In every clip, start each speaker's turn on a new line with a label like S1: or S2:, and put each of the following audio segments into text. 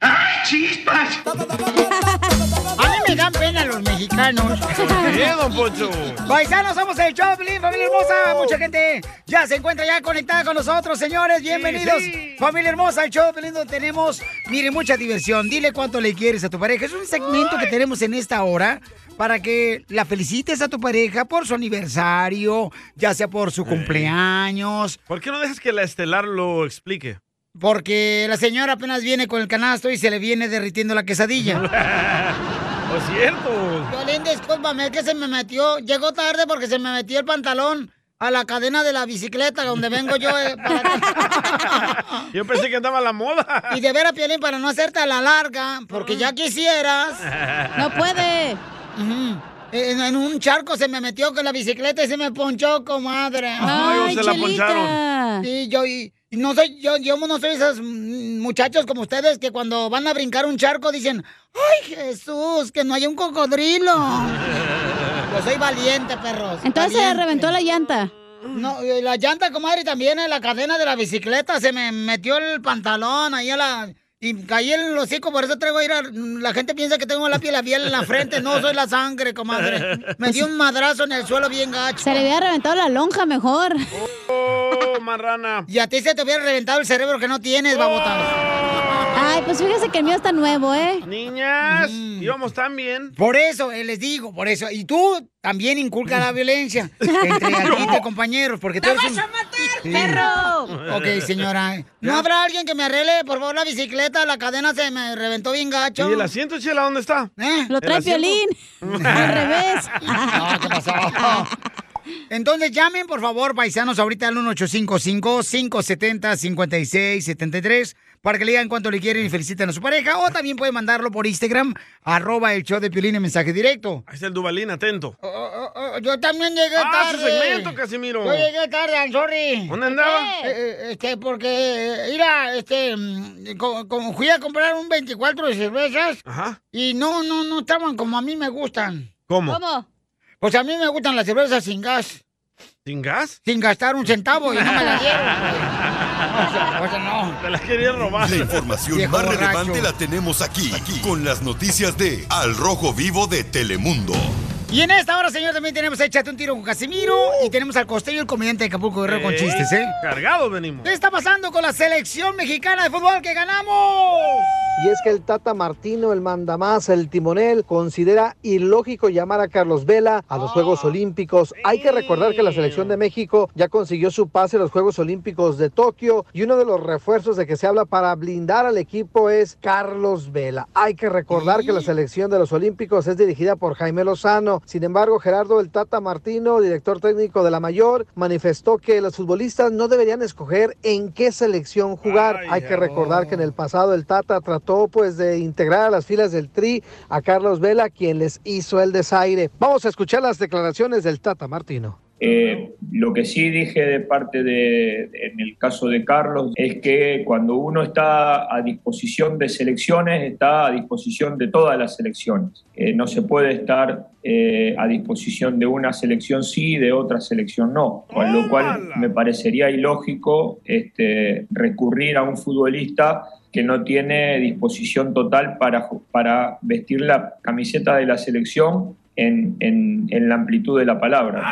S1: ¡Ay, chispas!
S2: A mí me dan pena los mexicanos.
S3: qué, don Poncho?
S2: Paisanos, somos el Choplin, familia hermosa. Mucha gente ya se encuentra ya conectada con nosotros, señores. Bienvenidos, familia hermosa. El Choplin, donde tenemos, mire, mucha diversión. Dile cuánto le quieres a tu pareja. Es un segmento que tenemos en esta hora para que la felicites a tu pareja por su aniversario, ya sea por su cumpleaños.
S3: ¿Por qué no dejas que la estelar lo explique?
S2: Porque la señora apenas viene con el canasto y se le viene derritiendo la quesadilla.
S3: Lo cierto.
S2: Violín, discúlpame, es que se me metió. Llegó tarde porque se me metió el pantalón a la cadena de la bicicleta donde vengo yo. eh, para-
S3: Yo pensé que andaba a la moda.
S2: Y de ver a Piolín para no hacerte a la larga, porque ya quisieras. No puede. Ujú. En, en un charco se me metió con la bicicleta y se me ponchó, comadre.
S3: Ay, Ay, se la Chelita. poncharon.
S2: Sí, yo y y no soy, yo, yo no soy esos mm, muchachos como ustedes que cuando van a brincar un charco dicen, ¡ay Jesús! Que no hay un cocodrilo. Yo soy valiente, perros.
S4: Entonces se
S2: valiente.
S4: reventó la llanta.
S2: No, eh, la llanta, comadre, y también en la cadena de la bicicleta se me metió el pantalón ahí a la. Y caí en el hocico, por eso traigo ir a. La gente piensa que tengo la piel, la piel en la frente. No, soy la sangre, comadre. Me dio un madrazo en el suelo bien gacho.
S4: Se le había reventado la lonja mejor.
S3: Oh, marrana. Oh.
S2: Y a ti se te hubiera reventado el cerebro que no tienes, babota.
S4: Ay, pues fíjese que el mío está nuevo, ¿eh?
S3: Niñas, íbamos tan bien.
S2: Por eso, eh, les digo, por eso. Y tú también inculca la violencia entre aquí te compañeros, porque tú eres un... Sí.
S4: perro!
S2: Ok, señora. ¿eh? ¿No habrá alguien que me arregle, por favor, la bicicleta? La cadena se me reventó bien gacho.
S3: ¿Y el asiento, Chela, dónde está?
S2: ¿Eh?
S4: Lo trae
S3: ¿El asiento?
S4: Piolín. Al revés.
S2: No, ¿qué pasó? Entonces llamen, por favor, paisanos, ahorita al 1855-570-5673 para que le digan cuánto le quieren y feliciten a su pareja. O también pueden mandarlo por Instagram, arroba el show de Piolín en mensaje directo.
S3: Ahí está el Dubalín, atento.
S2: Oh, oh, yo también llegué
S3: Ah, su
S2: tarde.
S3: segmento, Casimiro.
S2: Yo llegué tarde, I'm sorry.
S3: ¿Dónde andaba?
S2: Eh, eh, este, porque, eh, mira, este, mm, co- como fui a comprar un 24 de cervezas
S3: Ajá.
S2: y no, no, no estaban como a mí me gustan.
S3: ¿Cómo?
S2: Pues a mí me gustan las cervezas sin gas,
S3: ¿Sin gas?
S2: sin gastar un centavo y no me la dieron.
S3: Te la quería robar.
S5: La información
S2: Viejo
S5: más
S2: borracho.
S5: relevante la tenemos aquí, aquí, con las noticias de Al Rojo Vivo de Telemundo.
S2: Y en esta hora, señor, también tenemos a Échate un tiro con Casimiro y tenemos al costeño, el comediante de Acapulco Guerrero con chistes, ¿eh?
S3: Cargados venimos.
S2: ¿Qué está pasando con la selección mexicana de fútbol que ganamos?
S6: Y es que el Tata Martino, el mandamás, el timonel, considera ilógico llamar a Carlos Vela a los Juegos Olímpicos. Hay que recordar que la selección de México ya consiguió su pase a los Juegos Olímpicos de Tokio y uno de los refuerzos de que se habla para blindar al equipo es Carlos Vela. Hay que recordar que la selección de los Olímpicos es dirigida por Jaime Lozano. Sin embargo, Gerardo el Tata Martino, director técnico de la Mayor, manifestó que los futbolistas no deberían escoger en qué selección jugar. Hay que recordar que en el pasado el Tata trató pues de integrar a las filas del Tri a Carlos Vela, quien les hizo el desaire. Vamos a escuchar las declaraciones del Tata Martino.
S7: Eh, lo que sí dije de parte de, en el caso de Carlos, es que cuando uno está a disposición de selecciones, está a disposición de todas las selecciones. Eh, no se puede estar eh, a disposición de una selección sí y de otra selección no, con lo cual me parecería ilógico este, recurrir a un futbolista que no tiene disposición total para, ju- para vestir la camiseta de la selección en, en- en la amplitud de la palabra.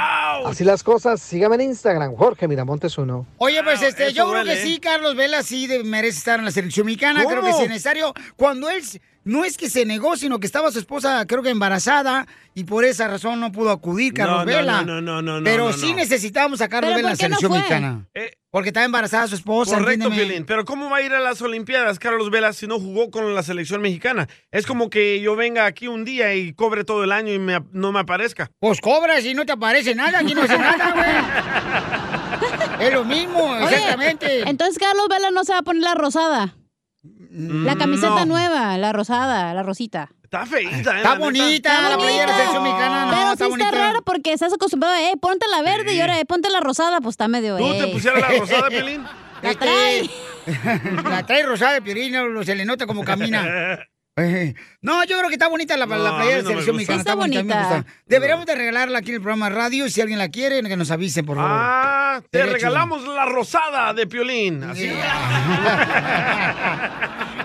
S6: Así las cosas, síganme en Instagram, Jorge Miramontes uno.
S2: Oye, pues
S3: Ah,
S2: este, yo creo
S6: duele,
S2: que
S6: ¿eh?
S2: sí, Carlos Vela sí de- merece estar en la selección mexicana, creo que
S6: ¿Cómo?
S2: sí es necesario. Cuando él s- no es que se negó, sino que estaba su esposa, creo que embarazada, y por esa razón no pudo acudir Carlos
S3: No, no,
S2: Vela.
S3: no, no, no, no,
S2: Pero
S3: no,
S2: sí
S3: no.
S2: necesitábamos a Carlos
S4: ¿Pero
S2: Vela en
S4: por
S2: la
S4: qué no
S2: selección
S4: fue?
S2: mexicana. porque estaba embarazada su esposa,
S3: Correcto,
S2: entiéndeme.
S3: Piolín. Pero ¿cómo va a ir a las Olimpiadas Carlos Vela si no jugó con la selección mexicana? Es como que yo venga aquí un día y cobre todo el año y me ap- no me aparezca.
S2: Pues cobras y no te aparece nada, aquí no hace nada, güey. Es lo mismo,
S4: Oye,
S2: exactamente.
S4: Entonces Carlos Vela no se va a poner la rosada. La camiseta
S3: Mm, no.
S4: nueva, la rosada, la rosita.
S3: Está feita, ¿eh? la
S2: Está
S3: neta.
S2: bonita la playera de la selección mexicana, no,
S4: Pero
S2: está
S4: sí
S2: bonita.
S4: está raro porque estás acostumbrado, eh, ponte la verde
S3: Sí.
S4: y ahora eh, ponte la rosada, pues está medio,
S3: ¿Tú te
S4: eh.
S3: pusieras la rosada, Piolín?
S4: La
S2: Este,
S4: trae.
S2: La trae rosada de Piolín, se le nota como camina.
S3: Está
S2: Eh, No, yo creo que está bonita la, la
S3: No, a mí
S2: playera de
S3: no
S2: la
S3: me
S2: selección
S3: gusta.
S2: mexicana.
S4: Está
S2: a mí me
S4: bonita.
S2: gusta. Deberíamos de regalarla aquí en el programa de radio. Si alguien la quiere, que nos avise, por favor.
S3: Ah, te
S2: Derecho.
S3: regalamos la rosada de Piolín. Así.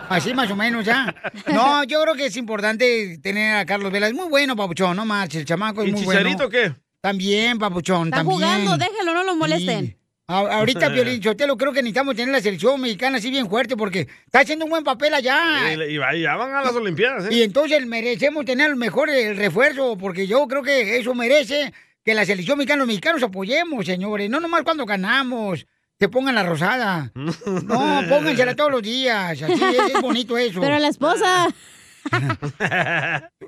S2: Así más o menos ya. No, yo creo que es importante tener a Carlos Vela. Es muy bueno, Papuchón, no marches. El chamaco es
S3: ¿Y
S2: muy bueno.
S3: Chicharito qué?
S2: También, Papuchón,
S4: Está
S2: también.
S4: jugando, déjalo, no lo molesten.
S2: Sí. A- Ahorita, Violín Sotelo, creo que necesitamos tener la selección mexicana así bien fuerte porque está haciendo un buen papel allá.
S3: Y le- Y va- y ya van a las Olimpiadas, ¿eh?
S2: Y entonces merecemos tener mejor el refuerzo porque yo creo que eso merece que la selección mexicana, los mexicanos apoyemos, señores. No nomás cuando ganamos, que pongan la rosada. No, póngansela todos los días. Así es, es bonito eso.
S4: Pero la esposa,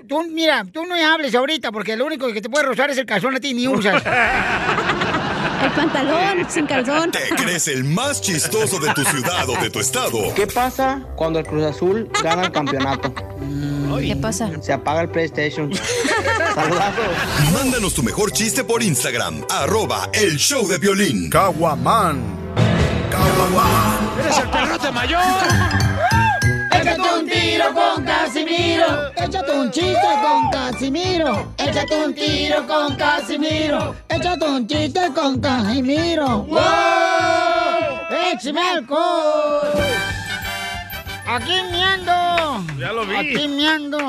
S2: Tú, mira, tú no hables ahorita porque lo único que te puede rozar es el calzón a ti ni usas.
S4: el pantalón, sin calzón.
S5: ¿Te crees el más chistoso de tu ciudad o de tu estado?
S8: ¿Qué pasa cuando el Cruz Azul gana el campeonato?
S4: ¿Qué pasa?
S8: Se apaga el PlayStation. Saludazos.
S5: Mándanos tu mejor chiste por Instagram, arroba el show de violín.
S2: Échate un tiro con Casimiro. Échate un chiste con Casimiro. Échate un tiro con Casimiro. Échate un chiste con Casimiro. ¡Wow! ¡Échame alcohol! Aquí miando.
S3: Ya lo vi.
S2: Aquí miando.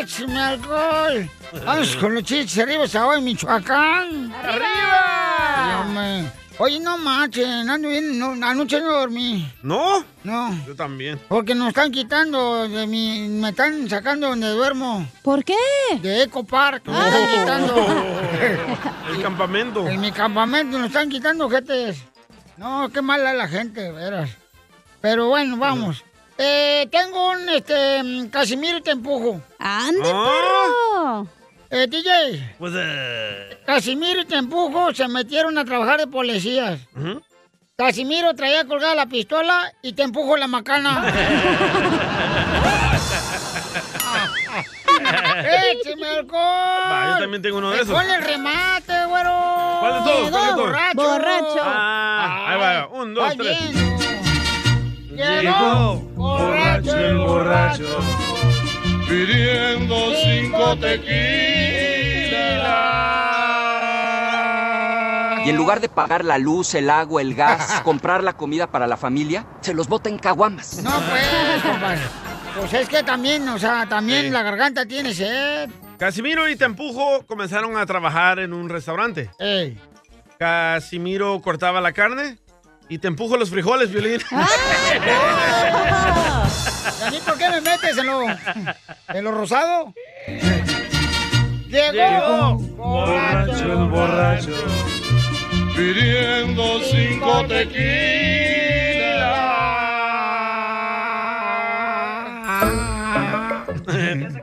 S2: Échame alcohol. Vamos con los chistes arriba, Sahoy, Michoacán. Ay,
S3: ¡Arriba!
S2: hombre. Oye, no marchen. Ando bien. no- anoche no dormí.
S3: ¿No?
S2: No.
S3: Yo también.
S2: Porque nos están quitando de mi. Me están sacando donde duermo.
S4: ¿Por qué? Ah.
S2: De Eco Park. Nos están quitando.
S3: El campamento.
S2: en mi campamento nos están quitando jetes. No, qué mala la gente, veras. Pero bueno, vamos. Eh, tengo un este. mm, Casimiro te empujo.
S4: ¡Ande,
S3: Ah.
S4: perro!
S2: Eh, DJ,
S3: Pues, eh,
S2: Casimiro te empujo se metieron a trabajar de policías.
S3: ujú.
S2: Casimiro traía colgada la pistola y te empujo la macana.
S3: Eh,
S2: ¡Écheme alcohol!
S3: Va, yo también tengo uno de esos.
S2: Pon el remate, güero.
S3: ¿Cuál de todos?
S2: Llegó
S3: ¿Cuál de todos?
S2: borracho.
S4: Borracho.
S3: Ah, ahí va. Un, dos,
S2: Ay,
S3: tres.
S2: bien. Llegó
S3: Llegó
S2: borracho el borracho.
S3: Pidiendo
S2: cinco
S8: Y en lugar de pagar la luz, el agua, el gas, comprar la comida para la familia, se los bota en caguamas.
S2: No, pues, compadre. Pues es que también, o sea, también
S3: Sí.
S2: la garganta ¿eh? tiene sed.
S3: Casimiro y Te Empujo comenzaron a trabajar en un restaurante.
S2: Ey.
S3: Casimiro cortaba la carne y Te Empujo los frijoles, Violín.
S2: ¿Y a mí por qué me metes en lo, en lo rosado? Llegó, borracho, el borracho, pidiendo cinco tequilas.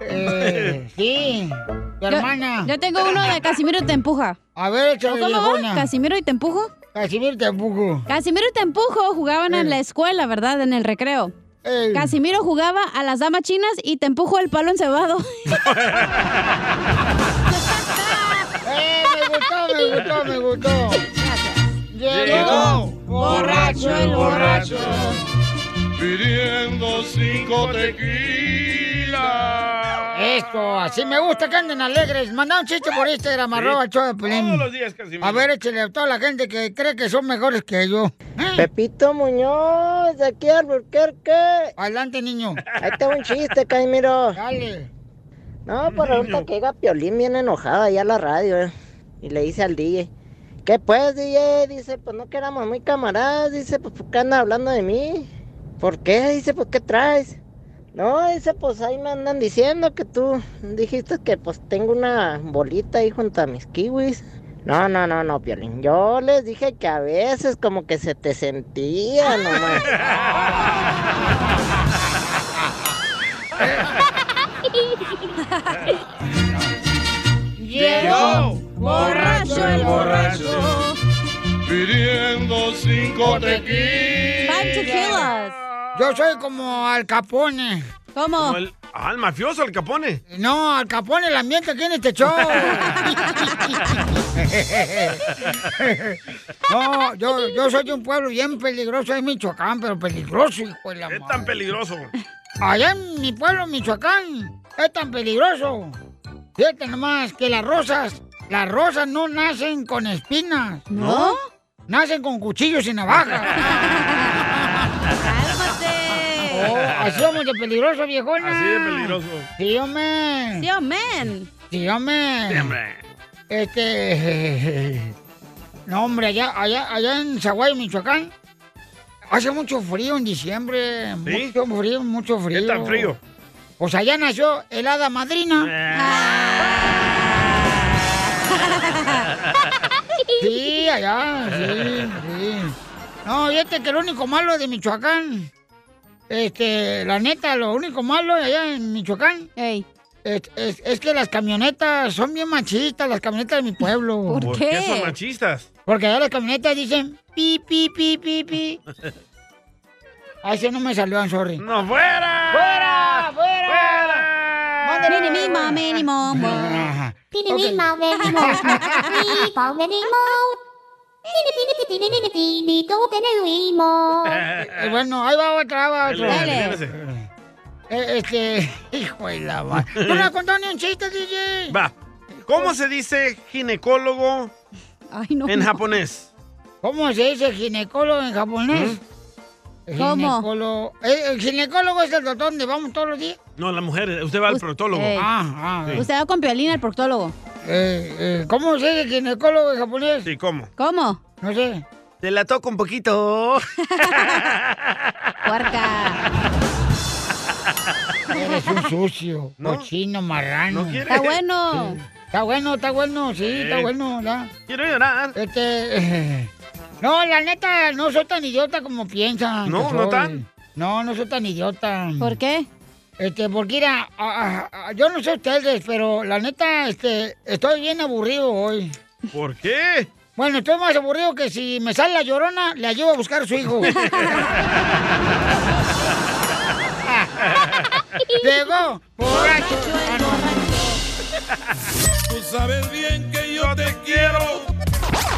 S2: Eh, sí, tu
S4: Yo-
S2: hermana.
S4: Yo, tengo uno de Casimiro y te empuja.
S2: A ver,
S4: ¿O
S2: échale
S4: ¿Cómo va?
S2: viejona.
S4: ¿Casimiro y te empujo?
S2: Casimiro te empujo. Eh.
S4: Casimiro y te empujo jugaban en la escuela, ¿verdad? En el recreo.
S2: Ey.
S4: Casimiro jugaba a las damas chinas y te empujo el palo encebado.
S2: Eh, me gustó, me gustó, me gustó. Llegó,
S3: Llegó
S2: borracho el borracho.
S3: Pidiendo cinco tequilas.
S2: Esto, así me gusta que anden alegres. Manda un chiste por Instagram, arroba el show de Piolín.
S3: Todos los días, Casimiro.
S2: A ver, échale a toda la gente que cree que son mejores que yo. ¿Eh?
S9: Pepito Muñoz, de aquí a Alburquerque.
S2: Adelante, niño.
S9: Ahí está un chiste, Caimiro.
S2: Dale.
S9: No, por ahorita que llega Piolín bien enojado allá a la radio, eh, Y le dice al DJ, ¿qué pues, DJ? Dice, pues no que éramos muy camaradas. Dice, pues ¿por qué andas hablando de mí? ¿Por qué? Dice, pues ¿qué traes? No, dice, pues ahí me andan diciendo que tú dijiste que pues tengo una bolita ahí junto a mis kiwis. No, no, no, no, Piolín. Yo les dije que a veces como que se te sentía nomás.
S10: Llegó borracho el borracho
S11: pidiendo cinco tequilas. ¿Ah?
S4: Five tequilas.
S2: Yo soy como Al Capone.
S4: ¿Cómo?
S3: Como el- ah, el mafioso, el capone.
S2: No, Al Capone, el ambiente aquí en este show. no, yo, yo soy de un pueblo bien peligroso, es Michoacán, pero peligroso, hijo de la
S3: Es tan peligroso.
S2: Allá en mi pueblo, Michoacán, es tan peligroso. Fíjate nomás que las rosas, las rosas no nacen con espinas.
S4: ¿No?
S2: Nacen con cuchillos y navajas. Oh, así somos de peligroso, viejona.
S3: Así de peligroso.
S2: Sí, hombre.
S4: Sí, hombre.
S2: Sí, hombre.
S3: Sí, hombre.
S2: Este. No, hombre, allá, allá, allá en Zaguay, Michoacán. Hace mucho frío en diciembre. Mucho frío, mucho frío.
S3: ¿Qué tan frío?
S2: Pues allá nació el hada madrina.
S3: Ah.
S2: Sí, allá, sí, sí. No, fíjate que lo único malo de Michoacán, este, la neta, lo único malo allá en Michoacán, es, es- es que las camionetas son bien machistas, las camionetas de mi pueblo.
S3: ¿Por qué son machistas?
S2: Porque allá las camionetas dicen pi, pi, pi, pi, pi. Ay, ese no me salió, I'm sorry.
S3: ¡No, fuera!
S2: ¡Fuera! ¡Fuera!
S4: Mini, mi, ma, mini, mo, mo.
S2: Eh, bueno, ahí va otra, ahí va otra.
S3: Dale.
S2: Eh, este, hijo de la va. ¿Tú no has contado ni un chiste, DJ?
S3: Va. ¿Cómo se dice ginecólogo en japonés?
S2: ¿Cómo se dice ginecólogo en japonés?
S4: ¿Mm?
S3: ¿Cómo?
S2: Ginecólogo- eh, el ginecólogo es el doctor donde vamos todos los días.
S3: No, la mujer. Usted va al proctólogo.
S4: Ey.
S2: Ah, Eh,
S3: Sí.
S4: Usted Pues va con Piolín al proctólogo.
S2: ¿Cómo se dice ginecólogo en japonés?
S3: Sí, ¿cómo?
S4: ¿Cómo?
S2: No sé.
S3: Te la toco un poquito.
S2: Eres un sucio, cochino, marrano.
S3: ¿No quiere?
S4: Está bueno.
S2: Está bueno, está bueno, sí, está
S3: Eh.
S2: bueno, ya.
S3: Quiero llorar.
S2: Este. No, la neta, no soy tan idiota como piensan.
S3: No,
S2: que
S3: no
S2: soy.
S3: tan.
S2: No, no soy tan idiota.
S4: ¿Por qué?
S2: Este, porque mira, a- a- a- yo no sé ustedes, pero la neta, este, estoy bien aburrido hoy.
S3: ¿Por qué?
S2: Bueno, estoy más aburrido que si me sale la llorona, le ayudo a buscar a su hijo. Llegó, borracho. Ah, no.
S11: Tú sabes bien que yo te quiero.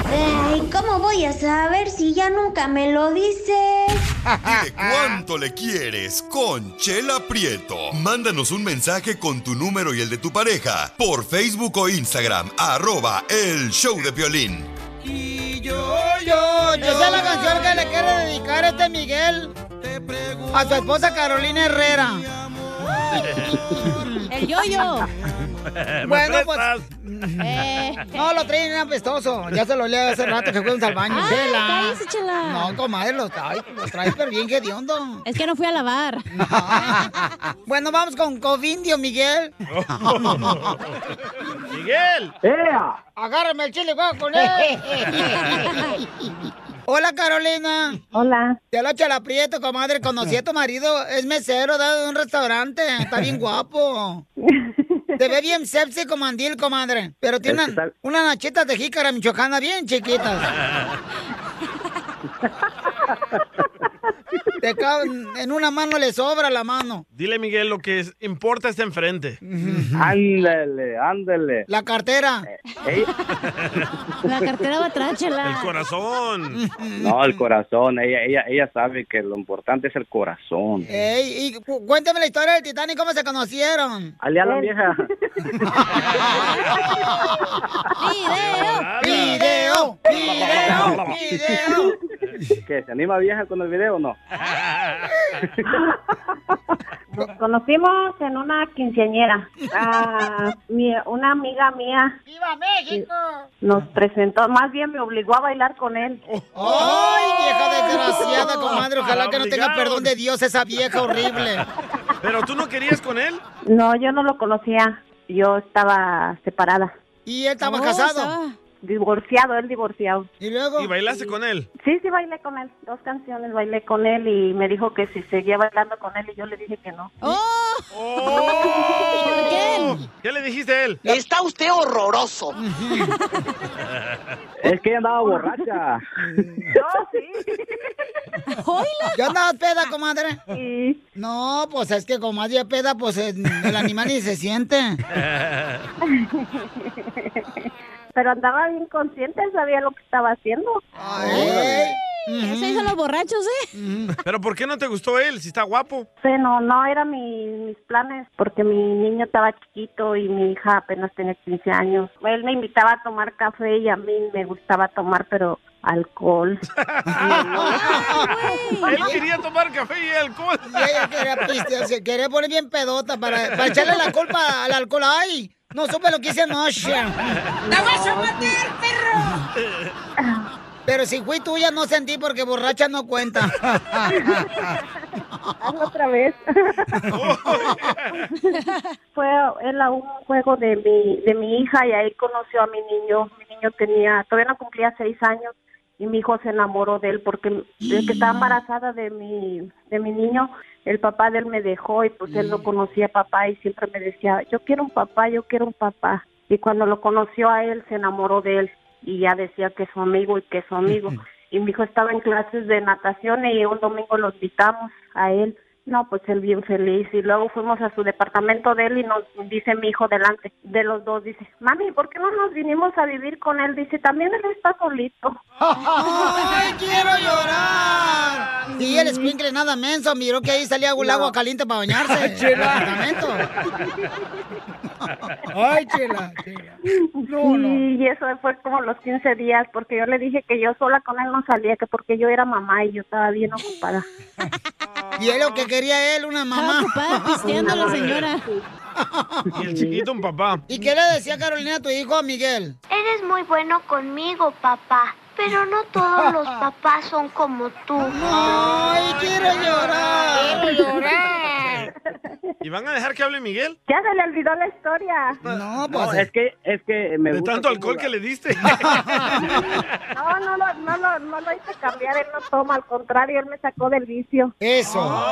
S10: Ay, ¿cómo voy a saber si ya nunca me lo dices?
S5: Dile cuánto le quieres con Chela Prieto. Mándanos un mensaje con tu número y el de tu pareja por Facebook o Instagram, arroba el show de violín.
S2: Esa es la canción que le quiere dedicar este Miguel a su esposa Carolina Herrera.
S4: El yoyo.
S2: Bueno, pues.
S4: Eh.
S2: No, lo traen bien apestoso. Ya se lo leí hace rato que fuimos al baño.
S4: Ay,
S2: Chela.
S4: cállese, Chela.
S2: No, comadre, lo trae, lo trae, pero bien que hondo.
S4: Es que no fui a lavar.
S2: Bueno, vamos con Covindio, Miguel.
S3: ¡Miguel!
S2: ¡Ea! Agárrame el chile, guau, con él. Hola, Carolina.
S12: Hola.
S2: Te lo la Prieto, comadre. Conocí a tu marido. Es mesero da, de un restaurante. Está bien guapo. Te ve bien sepsi como andil, comadre. Pero tiene
S12: Es que
S2: una,
S12: tal-
S2: una nachita de jícara michoacana bien chiquitas. Te caben- en una mano le sobra la mano.
S3: Dile, Miguel, lo que es- importa está enfrente.
S12: Ándale, ándale.
S2: La cartera.
S3: Eh,
S4: La cartera va atrás, chela.
S3: El corazón.
S12: No, el corazón. Ella, ella, ella sabe que lo importante es el corazón.
S2: Eh. Ey, y cu- cuéntame la historia del Titanic, cómo se conocieron.
S12: Ale a la vieja.
S2: Video, video, video, video.
S12: ¿Qué? ¿Se anima vieja con el video o no?
S13: Nos conocimos en una quinceañera. Ah, mi- una amiga mía
S14: ¡Viva México!
S13: nos presentó, más bien me obligó a bailar con él.
S2: ¡Ay,
S3: ¡Oh!
S2: vieja desgraciada, comadre! Ojalá
S13: La
S2: que no tenga
S13: obligaron.
S2: perdón de Dios esa vieja horrible.
S3: Pero tú no querías con él.
S13: No, yo no lo conocía. Yo estaba separada.
S2: ¿Y él
S3: estaba casado?
S13: Divorciado, él divorciado.
S2: ¿Y luego?
S3: Y bailaste con él.
S13: Sí, sí, bailé con él. Dos canciones bailé con él y me dijo que si seguía bailando con él y yo le dije que no.
S15: Oh.
S2: Oh.
S11: ¡Oh!
S3: ¿Por qué? ¿Qué le dijiste a él?
S13: Está usted horroroso.
S12: Es que ella andaba borracha.
S2: ¿Ya andabas peda, comadre? No, pues es que como ya peda, pues eh, el animal ni se siente.
S13: Pero andaba bien consciente, él sabía lo que estaba haciendo.
S4: Eso dicen los borrachos, ¿eh?
S3: ¿Pero por qué no te gustó él si está guapo?
S13: Sí, no, no eran mi- mis planes porque mi niño estaba chiquito y mi hija apenas tenía 15 años. Él me invitaba a tomar café y a mí me gustaba tomar, pero alcohol.
S3: Él quería tomar café y alcohol.
S2: Y ella quería pistear, se quería poner bien pedota para, para echarle la culpa al alcohol. ¡Ay! No supe lo que hice anoche.
S14: ¡La vas a matar, perro!
S2: Pero si fui tuya, no sentí porque borracha no cuenta.
S13: Hazlo otra vez. Fue él a un juego de mi, de mi hija y ahí conoció a mi niño. Mi niño tenía, todavía no cumplía seis años y mi hijo se enamoró de él porque desde que estaba embarazada de mi, de mi niño, el papá de él me dejó y pues él no conocía a papá y siempre me decía, yo quiero un papá, yo quiero un papá. Y cuando lo conoció a él, se enamoró de él y ya decía que es su amigo y que es su amigo. Y mi hijo estaba en clases de natación y un domingo lo invitamos a él. No, pues él bien feliz. Y luego fuimos a su departamento de él y nos dice mi hijo delante de los dos, dice, mami, ¿por qué no nos vinimos a vivir con él? Dice, también él está solito.
S2: ¡Ay, quiero llorar! Y el escuincle nada menso, miró que ahí salía un agua caliente para bañarse. en el apartamento. ¡Ay, chela!
S13: Y eso fue como los 15 días, porque yo le dije que yo sola con él no salía, que porque yo era mamá y yo estaba bien ocupada.
S2: Y es lo que quería él, una mamá.
S13: pisteando la señora.
S3: Y el chiquito un papá.
S2: ¿Y qué le decía Carolina a tu hijo, Miguel?
S10: Eres muy bueno conmigo, papá. Pero no todos los papás son como tú.
S2: ¡Ay, quiero llorar!
S10: ¡Quiero llorar!
S3: ¿Y van a dejar que hable Miguel?
S13: Ya se le olvidó la historia.
S2: No,
S12: No, es que, es que me
S3: pues, De
S12: gusta
S3: tanto
S12: cómo
S3: alcohol
S12: la-
S3: que le diste.
S13: No, no, lo- no, lo- no lo hice cambiar, él no toma, al contrario, él me sacó del vicio.
S2: Eso.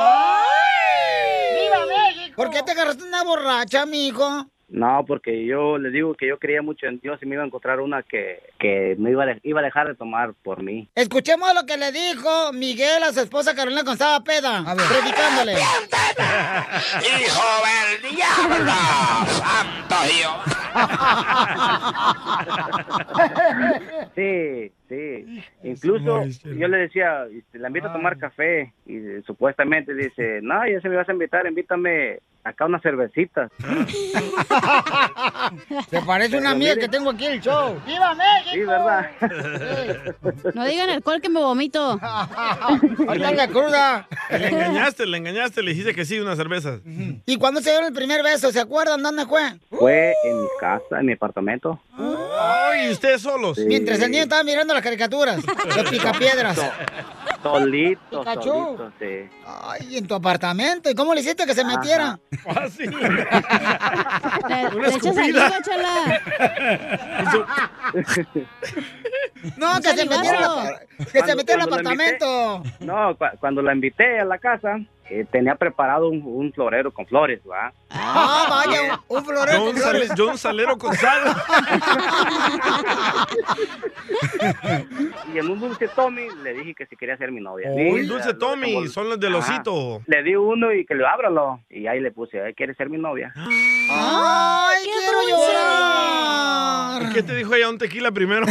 S2: ¿Por qué te agarraste una borracha, mijo?
S12: No, porque yo le digo que yo creía mucho en Dios y me iba a encontrar una que, que me iba a, de- iba a dejar de tomar por mí.
S2: Escuchemos lo que le dijo Miguel a su esposa Carolina cuando estaba peda, predicándole.
S14: ¡Hijo del diablo! ¡Santo Dios!
S12: Sí, sí. Incluso yo le decía, este, la invito a tomar café y eh, supuestamente dice, no, ya se me vas a invitar, invítame acá unas cervecitas.
S2: Te parece
S4: una amiga que
S2: tengo aquí el show.
S4: ¡Viva México!
S12: Sí, ¿verdad?
S4: No digan alcohol que me vomito.
S2: Ahorita la cruda.
S3: Le engañaste, le engañaste, le dijiste que sí, unas cervezas.
S2: ¿Y cuándo se dieron el primer beso? ¿Se acuerdan dónde fue?
S12: Fue en mi casa, en mi apartamento.
S3: Ay, ustedes solos.
S12: Sí.
S2: Mientras el niño estaba mirando las caricaturas, los picapiedras.
S12: Solito,
S2: Pikachu.
S12: solito, sí.
S2: Ay, en tu apartamento. ¿Y cómo le hiciste que se metiera?
S3: Fácil.
S4: le echas saliva,
S2: No,
S4: Un
S2: que se
S4: salivazo.
S2: metiera. Que se
S12: Cuando-
S2: metiera al
S12: cuando la
S2: apartamento.
S12: No, cua- cuando la invité a la casa, eh, tenía preparado un, un florero con flores, ¿va?
S2: Ah, vaya, un, un florero
S3: Yo
S2: con
S3: un,
S2: flores.
S3: sale- yo un salero con sal.
S12: Y en un dulce Tommy le dije que si quería ser mi novia.
S3: Oh, un dulce Tommy, son los del
S12: Ajá.
S3: osito.
S12: Le di uno y que lo ábralo. Y ahí le puse, "Ay, ¿quieres ser mi novia?
S1: ¿Ah?
S2: ¡Ay, quiero llorar!
S3: ¿Y qué te dijo ella? Un tequila primero.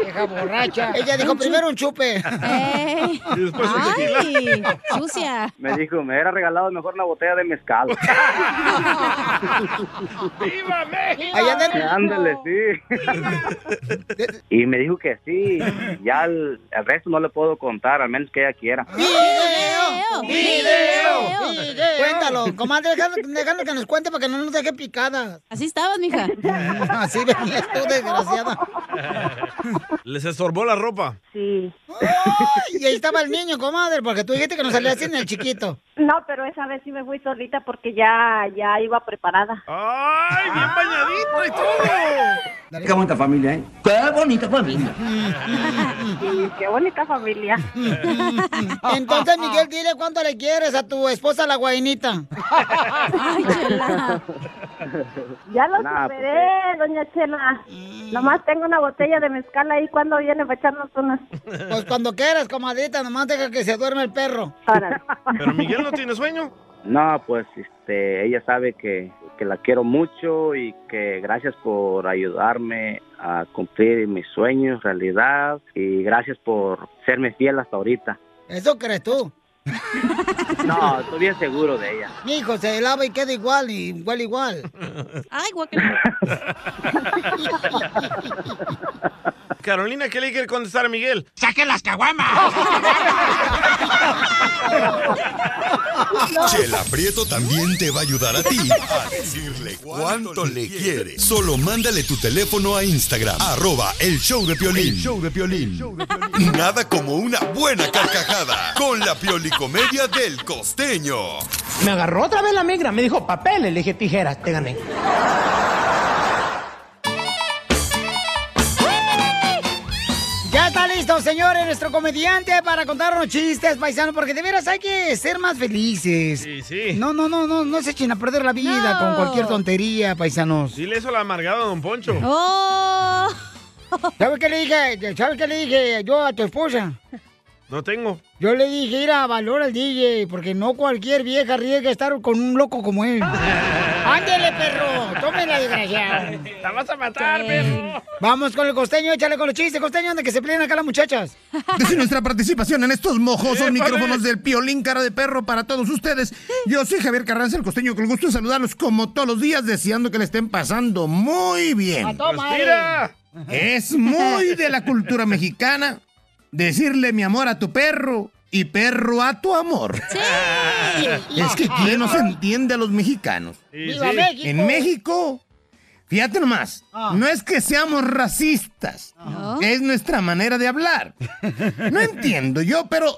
S2: vieja borracha. Ella dijo primero un chupe.
S3: Y después un tequila.
S4: ¡Ay! ¡Sucia!
S12: Me dijo, me hubiera regalado mejor una botella de mezcal.
S1: ¡Viva México!
S2: Allá andan-
S12: Ándale, sí. y me dijo que sí. Ya el, el resto no le puedo contar, al menos que ella quiera.
S2: ¡Video!
S1: ¡Video!
S2: ¡Video! Cuéntalo, comadre, dejando, dejando que nos cuente para que no nos deje picadas.
S4: Así estabas, mija.
S2: Así venías tú, desgraciada.
S3: Les estorbó la ropa.
S13: Sí.
S2: ¡Ay! Y ahí estaba el niño, comadre, porque tú dijiste que nos salías sin el chiquito.
S13: No, pero esa vez sí me fui solita porque ya, ya iba preparada.
S3: ¡Ay, bien bañadito y
S13: todo!
S16: Qué bonita familia, ¿eh? Qué bonita familia.
S13: qué bonita familia.
S2: Entonces, Miguel, dile cuánto le quieres a tu esposa, la guainita.
S13: Ya lo
S2: Nah, pues,
S13: superé, doña Chela. Nomás tengo una botella de mezcal ahí cuando viene para echarnos unas.
S2: Pues cuando quieras, comadrita, nomás deja que se duerme el perro.
S3: Pero Miguel no tiene sueño.
S12: No, pues este, ella sabe que, que la quiero mucho y que gracias por ayudarme a cumplir mis sueños, realidad, y gracias por serme fiel hasta ahorita.
S2: Eso crees tú.
S12: No, estoy bien seguro de ella.
S2: Mi hijo se lava y queda igual, y igual, igual.
S4: Ay, guacamole.
S3: Carolina, ¿qué le quiere contestar a Miguel?
S1: ¡Saque las caguamas!
S5: Chela Prieto también te va a ayudar a ti a decirle cuánto le quiere. Solo mándale tu teléfono a Instagram, arroba el show de Piolín. Nada como una buena carcajada con la piolicomedia del costeño.
S17: Me agarró otra vez la migra, me dijo papeles, le dije tijeras, te gané.
S2: Ya está listo, señores, nuestro comediante para contarnos chistes, paisano, porque de veras hay que ser más felices.
S3: Sí, sí.
S2: No, no, no, no, no se echen a perder la vida
S3: No.
S2: con cualquier tontería, paisanos.
S3: Dile eso al amargado don Poncho. Oh.
S2: ¿Sabes qué le dije? ¿Sabes qué le dije yo a tu esposa?
S3: No tengo.
S2: Yo le dije, ir a valor al DJ, porque no cualquier vieja riesga estar con un loco como él. ¡Ándele, perro! ¡Tómela, desgraciado!
S3: ¡La vas a matar, perro!
S2: Vamos con el costeño, échale con los chistes, costeño, donde que se peleen acá las muchachas.
S18: Desde nuestra participación en estos mojosos
S2: ¡Épale!
S18: micrófonos del Piolín Cara de Perro para todos ustedes. Yo soy Javier Carranza, el costeño, con el gusto de saludarlos como todos los días, deseando que le estén pasando muy bien.
S1: ¡A toda Respira. madre!
S18: Es muy de la cultura mexicana decirle mi amor a tu perro y perro a tu amor. Es que quién no se entiende a los mexicanos.
S1: ¡Viva sí. México!
S18: En México, fíjate nomás, no es que seamos racistas, es nuestra manera de hablar. No entiendo yo, pero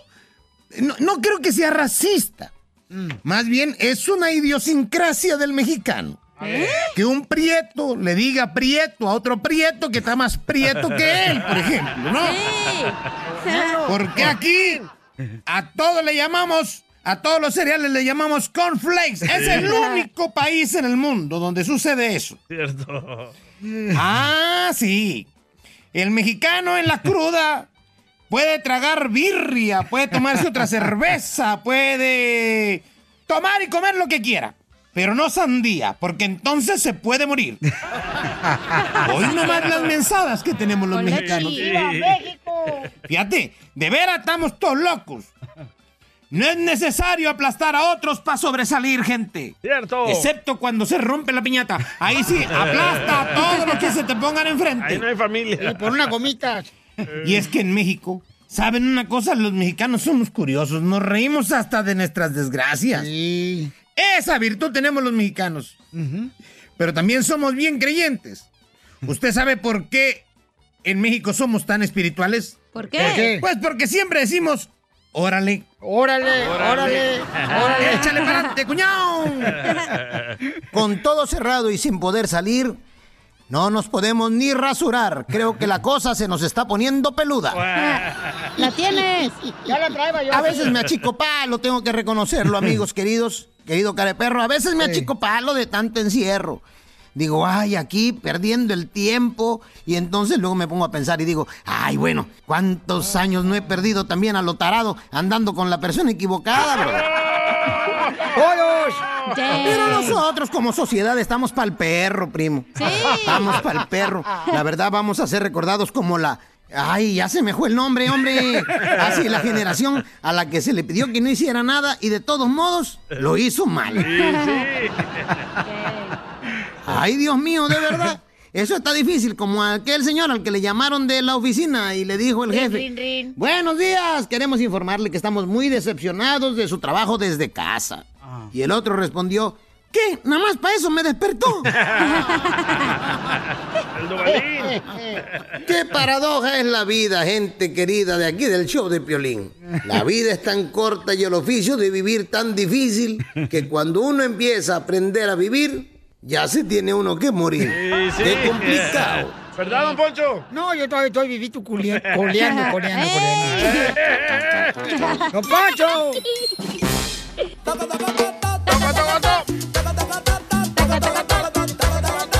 S18: no, no creo que sea racista. Más bien es una idiosincrasia del mexicano.
S1: ver.
S18: Que un prieto le diga prieto a otro prieto que está más prieto que él, por ejemplo, ¿no? Porque aquí a todos le llamamos, a todos los cereales le llamamos cornflakes. Es el único país en el mundo donde sucede eso.
S3: Cierto.
S18: Ah, sí. El mexicano en la cruda puede tragar birria, puede tomarse otra cerveza, puede tomar y comer lo que quiera. Pero no sandía, porque entonces se puede morir. Hoy nomás las mensadas que tenemos los mexicanos. Fíjate, de veras estamos todos locos. No es necesario aplastar a otros para sobresalir, gente.
S3: Cierto.
S18: Excepto cuando se rompe la piñata. Ahí sí, aplasta a todos los que se te pongan enfrente.
S3: Ahí no hay familia.
S2: Y por una gomita.
S18: Y es que en México, ¿saben una cosa? Los mexicanos somos curiosos, nos reímos hasta de nuestras desgracias. Esa virtud tenemos los mexicanos. Pero también somos bien creyentes. ¿Usted sabe por qué en México somos tan espirituales?
S4: ¿Por qué? ¿Por qué?
S18: Pues porque siempre decimos, órale.
S2: Órale,
S1: órale, órale.
S18: Échale para adelante, cuñao. Con todo cerrado y sin poder salir, no nos podemos ni rasurar. Creo que la cosa se nos está poniendo peluda.
S4: ¡La tienes!
S2: Ya la traeba yo.
S18: A veces me achicopalo, tengo que reconocerlo, amigos queridos, querido careperro. A veces me
S2: Sí.
S18: achicopalo de tanto encierro. Digo, ay, aquí perdiendo el tiempo. Y entonces luego me pongo a pensar y digo, ay, bueno, ¿cuántos años no he perdido también a lo tarado andando con la persona equivocada, ¡Todos! Pero nosotros como sociedad estamos para el perro, primo. Estamos para el perro. La verdad, vamos a ser recordados como la
S15: Ay, ya se me fue el nombre, hombre. Así la generación a la que se le pidió que no hiciera nada y de todos modos lo hizo mal. Ay, Dios mío, de verdad. Eso está difícil, como aquel señor al que le llamaron de la oficina y le dijo el
S18: Rin,
S15: jefe.
S18: rin, rin.
S15: Buenos días, queremos informarle que estamos muy decepcionados de su trabajo desde casa. Y el otro respondió, ¿qué? Nada más para eso me despertó. Qué paradoja es la vida, gente querida de aquí del show de Piolín. La vida es tan corta y el oficio de vivir tan difícil que cuando uno empieza a aprender a vivir, ya se tiene uno que morir. Qué complicado.
S2: ¿Verdad, don Poncho? No, yo todavía estoy vivito culia- coleando, coleando, coleando. ¡Don Poncho!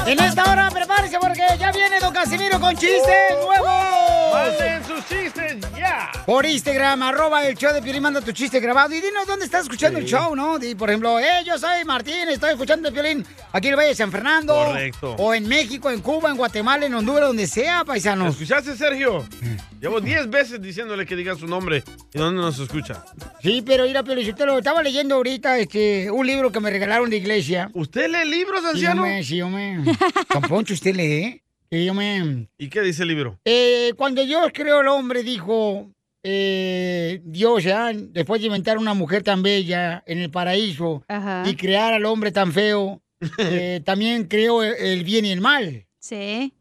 S2: En esta hora, prepárense porque ya viene don Casimiro con chistes nuevos.
S3: ¡Hacen sus chistes ya!
S2: Por Instagram, arroba el show de Piolín, manda tu chiste grabado y dinos dónde estás escuchando
S3: Sí.
S2: el show, ¿no? Di, por ejemplo, eh, yo soy Martín, estoy escuchando el Piolín aquí en el Valle de San Fernando.
S3: Correcto.
S2: O en México, en Cuba, en Guatemala, en Honduras, donde sea,
S3: ¿Lo
S2: paisanos.
S3: escuchaste, Sergio?
S2: Mm.
S3: Llevo 10 veces diciéndole que diga su nombre y dónde nos escucha.
S2: Sí, pero mira, Piolín, yo te lo estaba leyendo ahorita este, un libro que me regalaron de iglesia.
S3: ¿Usted lee libros, anciano?
S2: Sí, hombre, sí, hombre. Don Poncho, usted lee. ¿eh? Sí, hombre.
S3: ¿Y qué dice el libro?
S2: Eh, cuando Dios creó al hombre, dijo eh, Dios, ya, después de inventar una mujer tan bella en el paraíso y crear al hombre tan feo, eh, también creó el- el bien y el mal. Sí.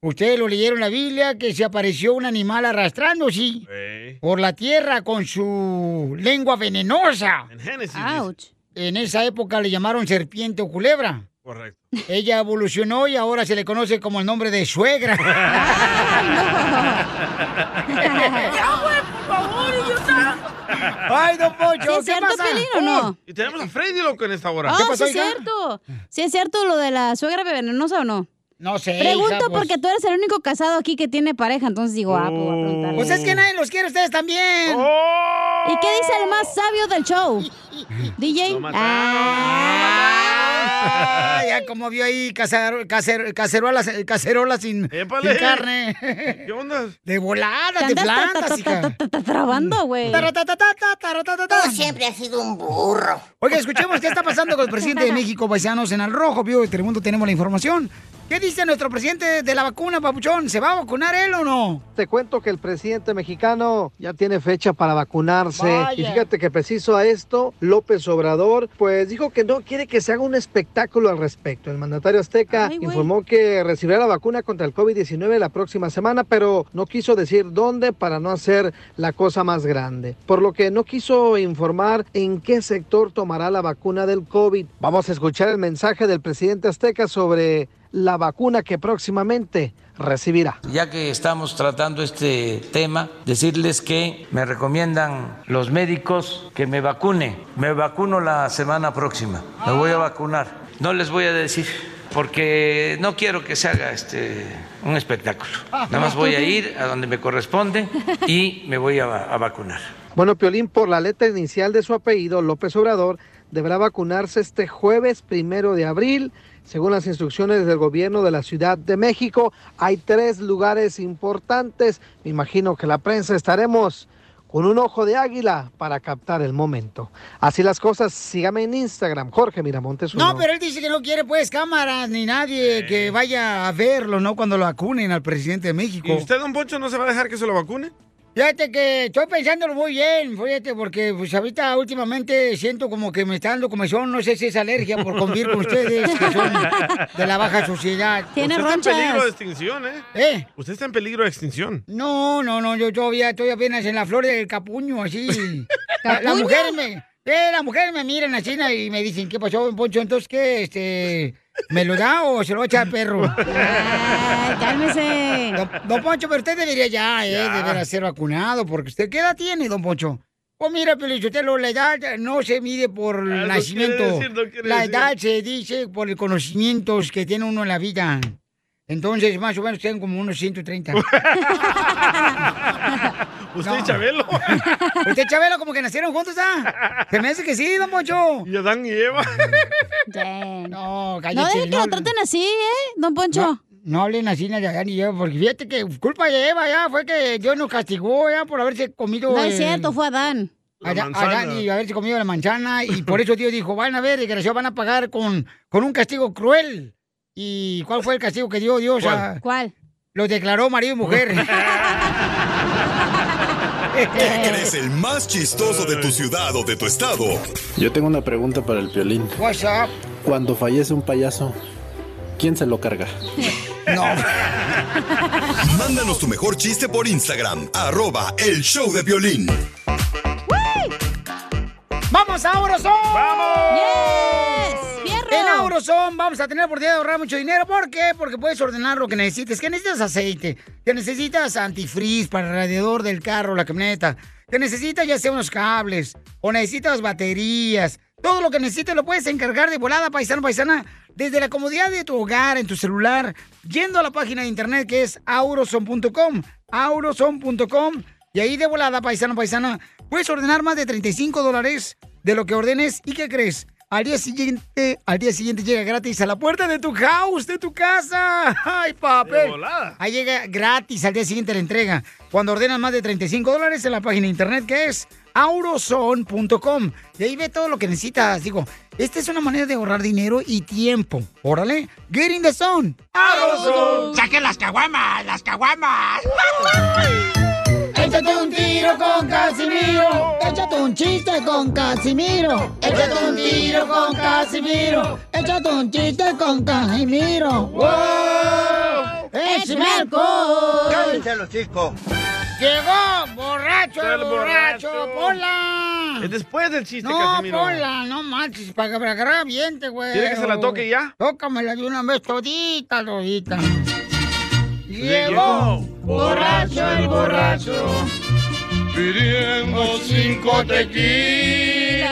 S2: Ustedes lo leyeron en la Biblia que se apareció un animal arrastrándose por la tierra con su lengua venenosa.
S3: En Génesis.
S2: En esa época le llamaron serpiente o culebra.
S3: Correcto.
S2: Ella evolucionó y ahora se le conoce como el nombre de suegra. Ay, don Poncho, Oh.
S4: ¿Sí es cierto, Pelín, o no?
S3: Y tenemos a Freddy loco en esta hora.
S4: Ah, sí es cierto. Sí es cierto lo de la suegra venenosa o no.
S2: No sé.
S4: Pregunto
S2: hija, pues.
S4: porque tú eres el único casado aquí que tiene pareja, entonces digo, ah, pues voy a preguntarle.
S2: Pues es que nadie los quiere a ustedes también.
S4: ¿Y qué dice el más sabio del show? DJ.
S2: Ah, ya como vio ahí casar- cacer- cacerolas, eh, cacerolas sin,
S3: Épale.
S2: sin carne.
S3: ¿Qué onda?
S2: De volada,
S4: Te
S2: te
S4: andas
S2: plantas, hija.
S4: trabando, güey.
S2: Tú
S18: siempre has sido un burro.
S2: Oiga, escuchemos qué está pasando con el presidente de México, paisanos, en Al Rojo, vivo de Telemundo, tenemos la información. ¿Qué dice nuestro presidente de la vacuna, papuchón? ¿Se va a vacunar él o no?
S6: Te cuento que el presidente mexicano ya tiene fecha para vacunarse.
S2: Vaya.
S6: Y fíjate que preciso a esto, López Obrador, pues dijo que no quiere que se haga un espectáculo al respecto. El mandatario azteca informó que recibirá la vacuna contra el COVID-19 la próxima semana, pero no quiso decir dónde para no hacer la cosa más grande. Por lo que no quiso informar en qué sector tomará la vacuna del COVID. Vamos a escuchar el mensaje del presidente azteca sobre la vacuna que próximamente recibirá.
S19: Ya que estamos tratando este tema, decirles que me recomiendan los médicos que me vacune. Me vacuno la semana próxima. Me voy a vacunar. No les voy a decir porque no quiero que se haga este un espectáculo. Nada más voy a ir a donde me corresponde y me voy a- a vacunar.
S6: Bueno, Piolín, por la letra inicial de su apellido, López Obrador, deberá vacunarse este jueves primero de abril. Según las instrucciones del gobierno de la Ciudad de México, hay tres lugares importantes. Me imagino que la prensa estaremos con un ojo de águila para captar el momento. Así las cosas, sígame en Instagram, Jorge Miramontes.
S3: Pues
S6: uno.
S2: No, pero él dice que no quiere, pues, cámaras ni nadie que vaya a verlo, ¿no? Cuando lo vacunen al presidente de México.
S3: ¿Y usted, don Poncho, no se va a dejar que se lo vacune?
S2: Fíjate que estoy pensándolo muy bien, fíjate, porque pues ahorita últimamente siento como que me está dando comezón, no sé si es alergia por convivir con ustedes, que son de la baja sociedad.
S3: Usted está en peligro de extinción, ¿eh?
S2: ¿Eh?
S3: Usted está en peligro de extinción.
S2: No, no, no, yo todavía estoy apenas en la flor del capuño, así. La- Las
S3: ¿Capuño?
S2: mujeres me, eh, las mujeres me miran así ¿no? y me dicen, ¿qué pasó, don Poncho? Entonces, ¿qué, este, me lo da o se lo echa al perro? Ay, cálmese. Don, don Poncho, pero usted debería ya, eh, deberá ser vacunado, porque usted, ¿qué edad tiene, don Poncho? Pues mira, Pelicho, usted lo- la edad no se mide por
S3: Ah,
S2: el
S3: no
S2: nacimiento.
S3: quiere decir, no quiere
S2: la
S3: decir.
S2: edad se dice por el conocimientos que tiene uno en la vida. Entonces, más o menos, tienen como unos 130.
S3: Usted y Chabelo.
S2: Usted y Chabelo como que nacieron juntos, ¿ah? Se me hace que sí, don Poncho.
S3: Y Adán y Eva.
S2: No,
S4: No
S2: cállate.
S4: dejen que lo traten así, ¿eh, don Poncho?
S2: No, No hablen así ni de Adán y Eva, porque fíjate que culpa de Eva ya fue que Dios nos castigó ya por haberse comido.
S4: No es
S2: el-
S4: cierto, fue Adán.
S2: Ada- Adán y haberse comido la manzana y por eso Dios dijo, van a ver, desgraciado, van a pagar con, con un castigo cruel. ¿Y cuál fue el castigo que dio Dios? A,
S4: ¿Cuál?
S2: Los declaró marido y mujer.
S5: ¿Te crees el más chistoso de tu ciudad o de tu estado?
S20: Yo tengo una pregunta para el violín.
S2: What's up?
S20: Cuando fallece un payaso, ¿quién se lo carga?
S5: Mándanos tu mejor chiste por Instagram, arroba el show de violín.
S2: ¡Vamos a Orozón! ¡Vamos! En Auroson vamos a tener la oportunidad de ahorrar mucho dinero. ¿Por qué? Porque puedes ordenar lo que necesites. ¿Qué necesitas? Aceite. ¿Qué necesitas? Antifreeze para el radiador del carro, la camioneta. ¿Qué necesitas? Ya sea unos cables o necesitas baterías. Todo lo que necesites lo puedes encargar de volada, paisano, paisana, desde la comodidad de tu hogar, en tu celular, yendo a la página de internet que es auroson.com. Auroson.com. Y ahí de volada, paisano, paisana, puedes ordenar más de 35 dólares de lo que ordenes. ¿Y qué crees? Al día siguiente, al día siguiente llega gratis a la puerta de tu house, de tu casa. ¡Ay, papel! Ahí llega gratis al día siguiente la entrega. Cuando ordenas más de 35 dólares en la página de internet que es auroson.com. Y ahí ve todo lo que necesitas. Digo, esta es una manera de ahorrar dinero y tiempo. Órale, get in the zone.
S14: ¡Saque las caguamas! ¡Las caguamas!
S2: Échate un tiro con Casimiro. Échate un chiste con Casimiro. Échate un tiro con Casimiro. Échate un chiste con Casimiro. ¡Wow! ¡Échame alcohol!
S21: ¡Cállense los chicos!
S2: Llegó borracho,
S21: El
S2: el borracho,
S21: borracho.
S2: ponla.
S21: Es
S3: después del chiste,
S2: no,
S3: Casimiro.
S2: ponla, no manches, para, para agarrar ambiente, güey.
S3: ¿Quiere que se la toque ya?
S2: Tócamela de una vez todita, todita.
S14: Llegó borracho el borracho
S11: Pidiendo cinco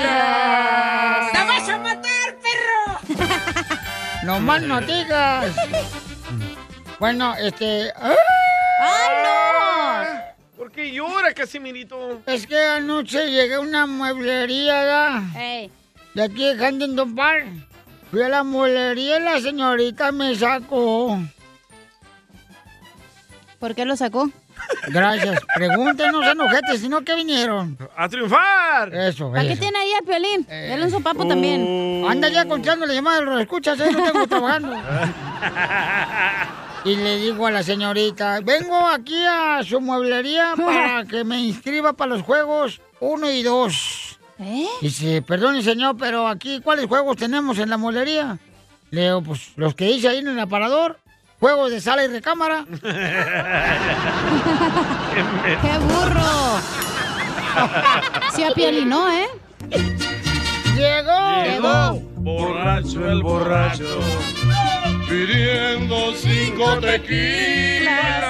S11: tequilas.
S2: ¡La vas a matar, perro! no más no digas. Bueno, este... ¡Ay, no!
S3: Ah, ¿Por qué llora, Casimirito?
S2: Es que anoche llegué a una mueblería, ¿da?
S4: Eh.
S2: De aquí de Huntington Park. Fui a la mueblería y la señorita me sacó.
S4: ¿Por qué lo sacó?
S2: Gracias. Pregúntenos, enojete, si no, ¿qué vinieron?
S3: ¡A triunfar!
S2: Eso,
S4: ¿Para qué
S2: eso. Eh.
S4: tiene ahí al violín? Dale un sopapo también.
S2: Anda ya contando la llamada, lo escuchas, ¿eh? No tengo trabajando. Y le digo a la señorita, vengo aquí a su mueblería para que me inscriba para los juegos 1 y 2. Dice, perdone señor, pero aquí, ¿cuáles juegos tenemos en la mueblería? Le digo, pues los que hice ahí en el aparador, juegos de sala y recámara.
S14: ¡Qué
S4: burro! Sí, a Piolín no, ¿eh?
S2: Llegó.
S11: Llegó borracho el borracho. Pidiendo cinco tequilas.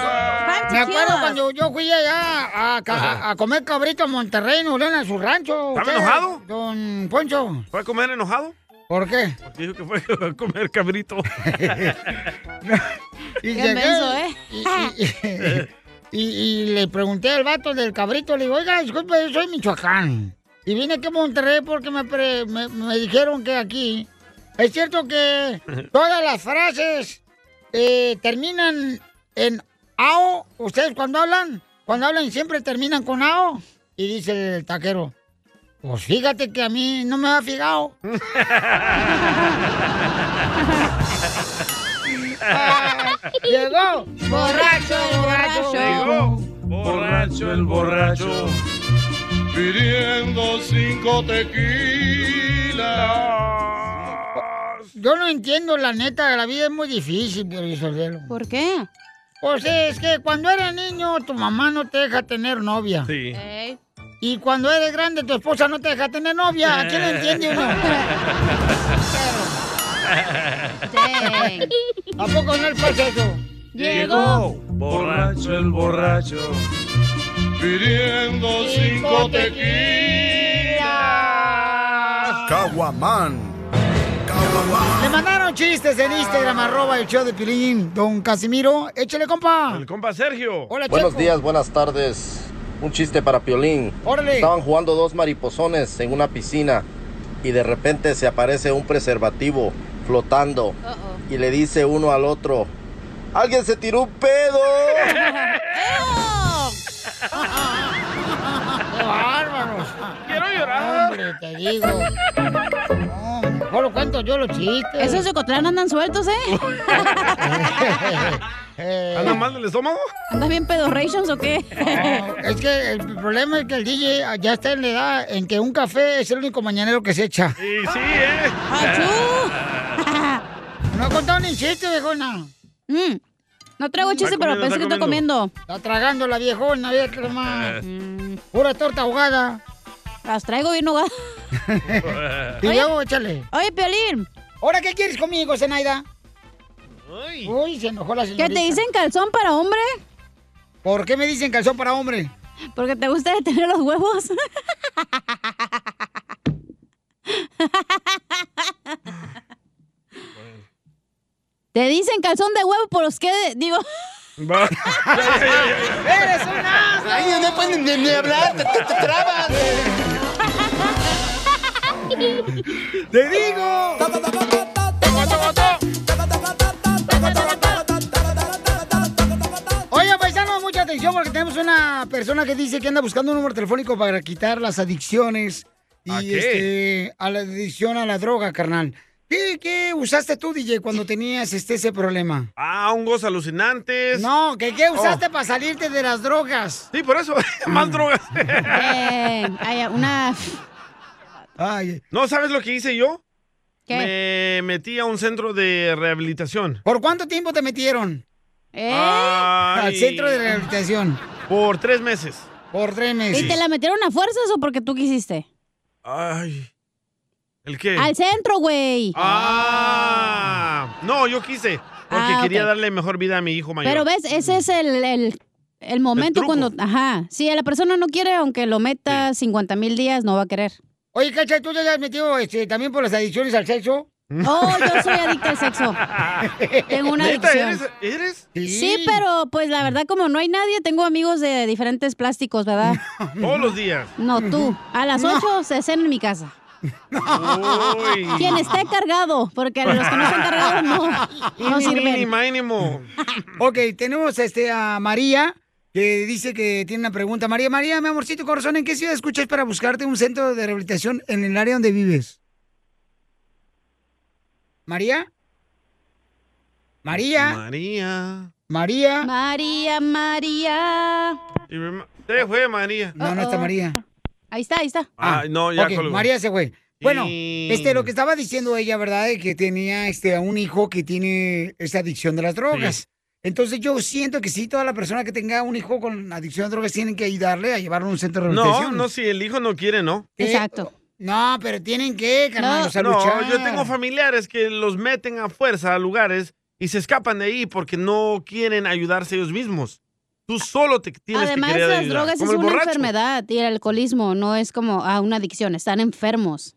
S2: Me acuerdo cuando yo fui allá a, ca- a- a comer cabrito a Monterrey, no en su rancho.
S3: ¿Estaba
S2: ¿Usted,
S3: enojado?
S2: Don Poncho.
S3: ¿Fue a comer enojado?
S2: ¿Por qué?
S3: Dijo que fue a comer cabrito.
S2: Y
S4: Qué
S2: llegué,
S4: menso, ¿eh?
S2: Y, y le pregunté al vato del cabrito, le digo, oiga, disculpe, yo soy Michoacán. Y vine aquí a Monterrey porque me, pre- me- me dijeron que aquí. Es cierto que todas las frases eh, terminan en AO. Ustedes cuando hablan, cuando hablan siempre terminan con AO. Y dice el taquero, pues fíjate que a mí no me ha fijado. Llegó borracho, borracho.
S11: Llegó borracho el borracho. Pidiendo cinco tequilas.
S2: Yo no entiendo, la neta, la vida es muy difícil, Piolín Sotelo.
S4: ¿Por qué?
S2: Pues es que cuando eres niño, tu mamá no te deja tener novia.
S3: Sí.
S2: Y cuando eres grande, tu esposa no te deja tener novia. ¿A quién lo entiende uno? ¿A poco no es proceso?
S11: Llegó borracho el borracho. Pidiendo cinco tequilas.
S5: Caguamán.
S2: Le mandaron chistes en Instagram, arroba el show de Pilín. Don Casimiro, échale, compa.
S3: El compa Sergio.
S2: Hola,
S22: Buenos
S2: Checo.
S22: días, buenas tardes. Un chiste para Piolín.
S2: Órale.
S22: Estaban jugando dos mariposones en una piscina y de repente se aparece un preservativo flotando y le dice uno al otro, ¡Alguien se tiró un pedo!
S2: ¡Bárbaros!
S3: ¡Quiero llorar!
S2: Hombre, te digo. No, mejor lo cuento yo los chistes.
S4: Esos de Cotlán andan sueltos, ¿eh?
S3: ¿Anda mal del estómago?
S4: ¿Andas bien pedorrations o qué?
S2: No, es que el problema es que el DJ ya está en la edad en que un café es el único mañanero que se echa.
S3: Sí, sí, ¿eh?
S2: ¡Achú! No ha contado ni chiste, viejona.
S4: Mm, No traigo chiste, pero
S2: comiendo,
S4: pensé que
S2: está
S4: está comiendo.
S2: Está tragando la viejona, vieja nomás. Pura torta ahogada.
S4: Las traigo bien ahogadas.
S2: Y
S4: Oye.
S2: luego, échale.
S4: Oye, Piolín.
S2: ¿Ahora qué quieres conmigo, Zenaida? Uy, se enojó la señorita.
S4: ¿Que te dicen calzón para hombre?
S2: ¿Por qué me dicen calzón para hombre?
S4: Porque te gusta detener los huevos. Te dicen calzón de huevo por los que digo.
S2: ¡Eres un asno!
S16: Ay, no pueden ni, ni hablar, te, te- te trabas.
S2: ¡Te digo! Oye, paisanos, mucha atención porque tenemos una persona que dice que anda buscando un número telefónico para quitar las adicciones y
S3: ¿A qué?
S2: este a la adicción a la droga, carnal. ¿Qué, qué usaste tú, DJ, cuando tenías este ese problema?
S3: Ah, hongos alucinantes.
S2: No, ¿qué,
S3: Oh.
S2: qué usaste para salirte de las drogas?
S3: Sí, por eso, más drogas.
S4: Eh, hay una.
S3: No, ¿sabes lo que hice yo?
S4: ¿Qué?
S3: Me metí a un centro de rehabilitación.
S2: ¿Por cuánto tiempo te metieron?
S4: ¿Eh?
S3: Ay.
S2: Al centro de rehabilitación.
S3: Por tres meses.
S2: Por tres
S4: ¿Y te la metieron a fuerzas o porque tú quisiste?
S3: Ay. ¿El qué?
S4: Al centro, güey.
S3: Ah. No, yo quise. Porque
S4: Ah,
S3: quería
S4: ok.
S3: darle mejor vida a mi hijo mayor.
S4: Pero ves, ese es el, el- el momento cuando. Ajá. Si la persona no quiere, aunque lo meta 50 mil días, no va a querer.
S2: Oye, Cacha, ¿tú ya te has metido este, también por las adicciones al sexo?
S4: Oh, yo soy adicta al sexo. Tengo una
S3: ¿Neta
S4: adicción.
S3: eres? eres?
S4: Sí, pero pues la verdad, como no hay nadie, tengo amigos de diferentes plásticos, ¿verdad?
S3: Todos los días.
S4: No, tú. A las 8 se cena en mi casa.
S3: Uy.
S4: Quien esté cargado, porque los que no están cargados no, no
S2: Ini,
S4: sirven.
S2: mini, Ok, tenemos este, a María, que dice que tiene una pregunta. María, María, mi amorcito corazón, ¿en qué ciudad escuchas para buscarte un centro de rehabilitación en el área donde vives? ¿María? ¿María?
S3: María.
S2: ¿María?
S4: María, María.
S3: Y mi ma- Te fue, María.
S2: Ah. No, no está María.
S4: Oh, Ahí está, ahí está.
S3: Ah, no, ya
S2: ok,
S3: colgó.
S2: María se fue. Bueno,
S3: Sí.
S2: este, lo que estaba diciendo ella, ¿verdad? De Que tenía este, a un hijo que tiene esta adicción de las drogas.
S3: Sí.
S2: Entonces yo siento que sí, toda la persona que tenga un hijo con adicción a drogas tienen que ayudarle a llevarlo a un centro de
S3: No,
S2: rehabilitación.
S3: no, si el hijo no quiere, no.
S2: Eh, No, pero tienen que, carnal, o sea,
S3: No,
S2: luchar.
S3: yo tengo familiares que los meten a fuerza a lugares y se escapan de ahí porque no quieren ayudarse ellos mismos. Tú solo te tienes
S4: Además,
S3: que querer
S4: las
S3: ayudar,
S4: drogas es
S3: como el
S4: una
S3: borracho.
S4: enfermedad y el alcoholismo no es como ah, una adicción, están enfermos.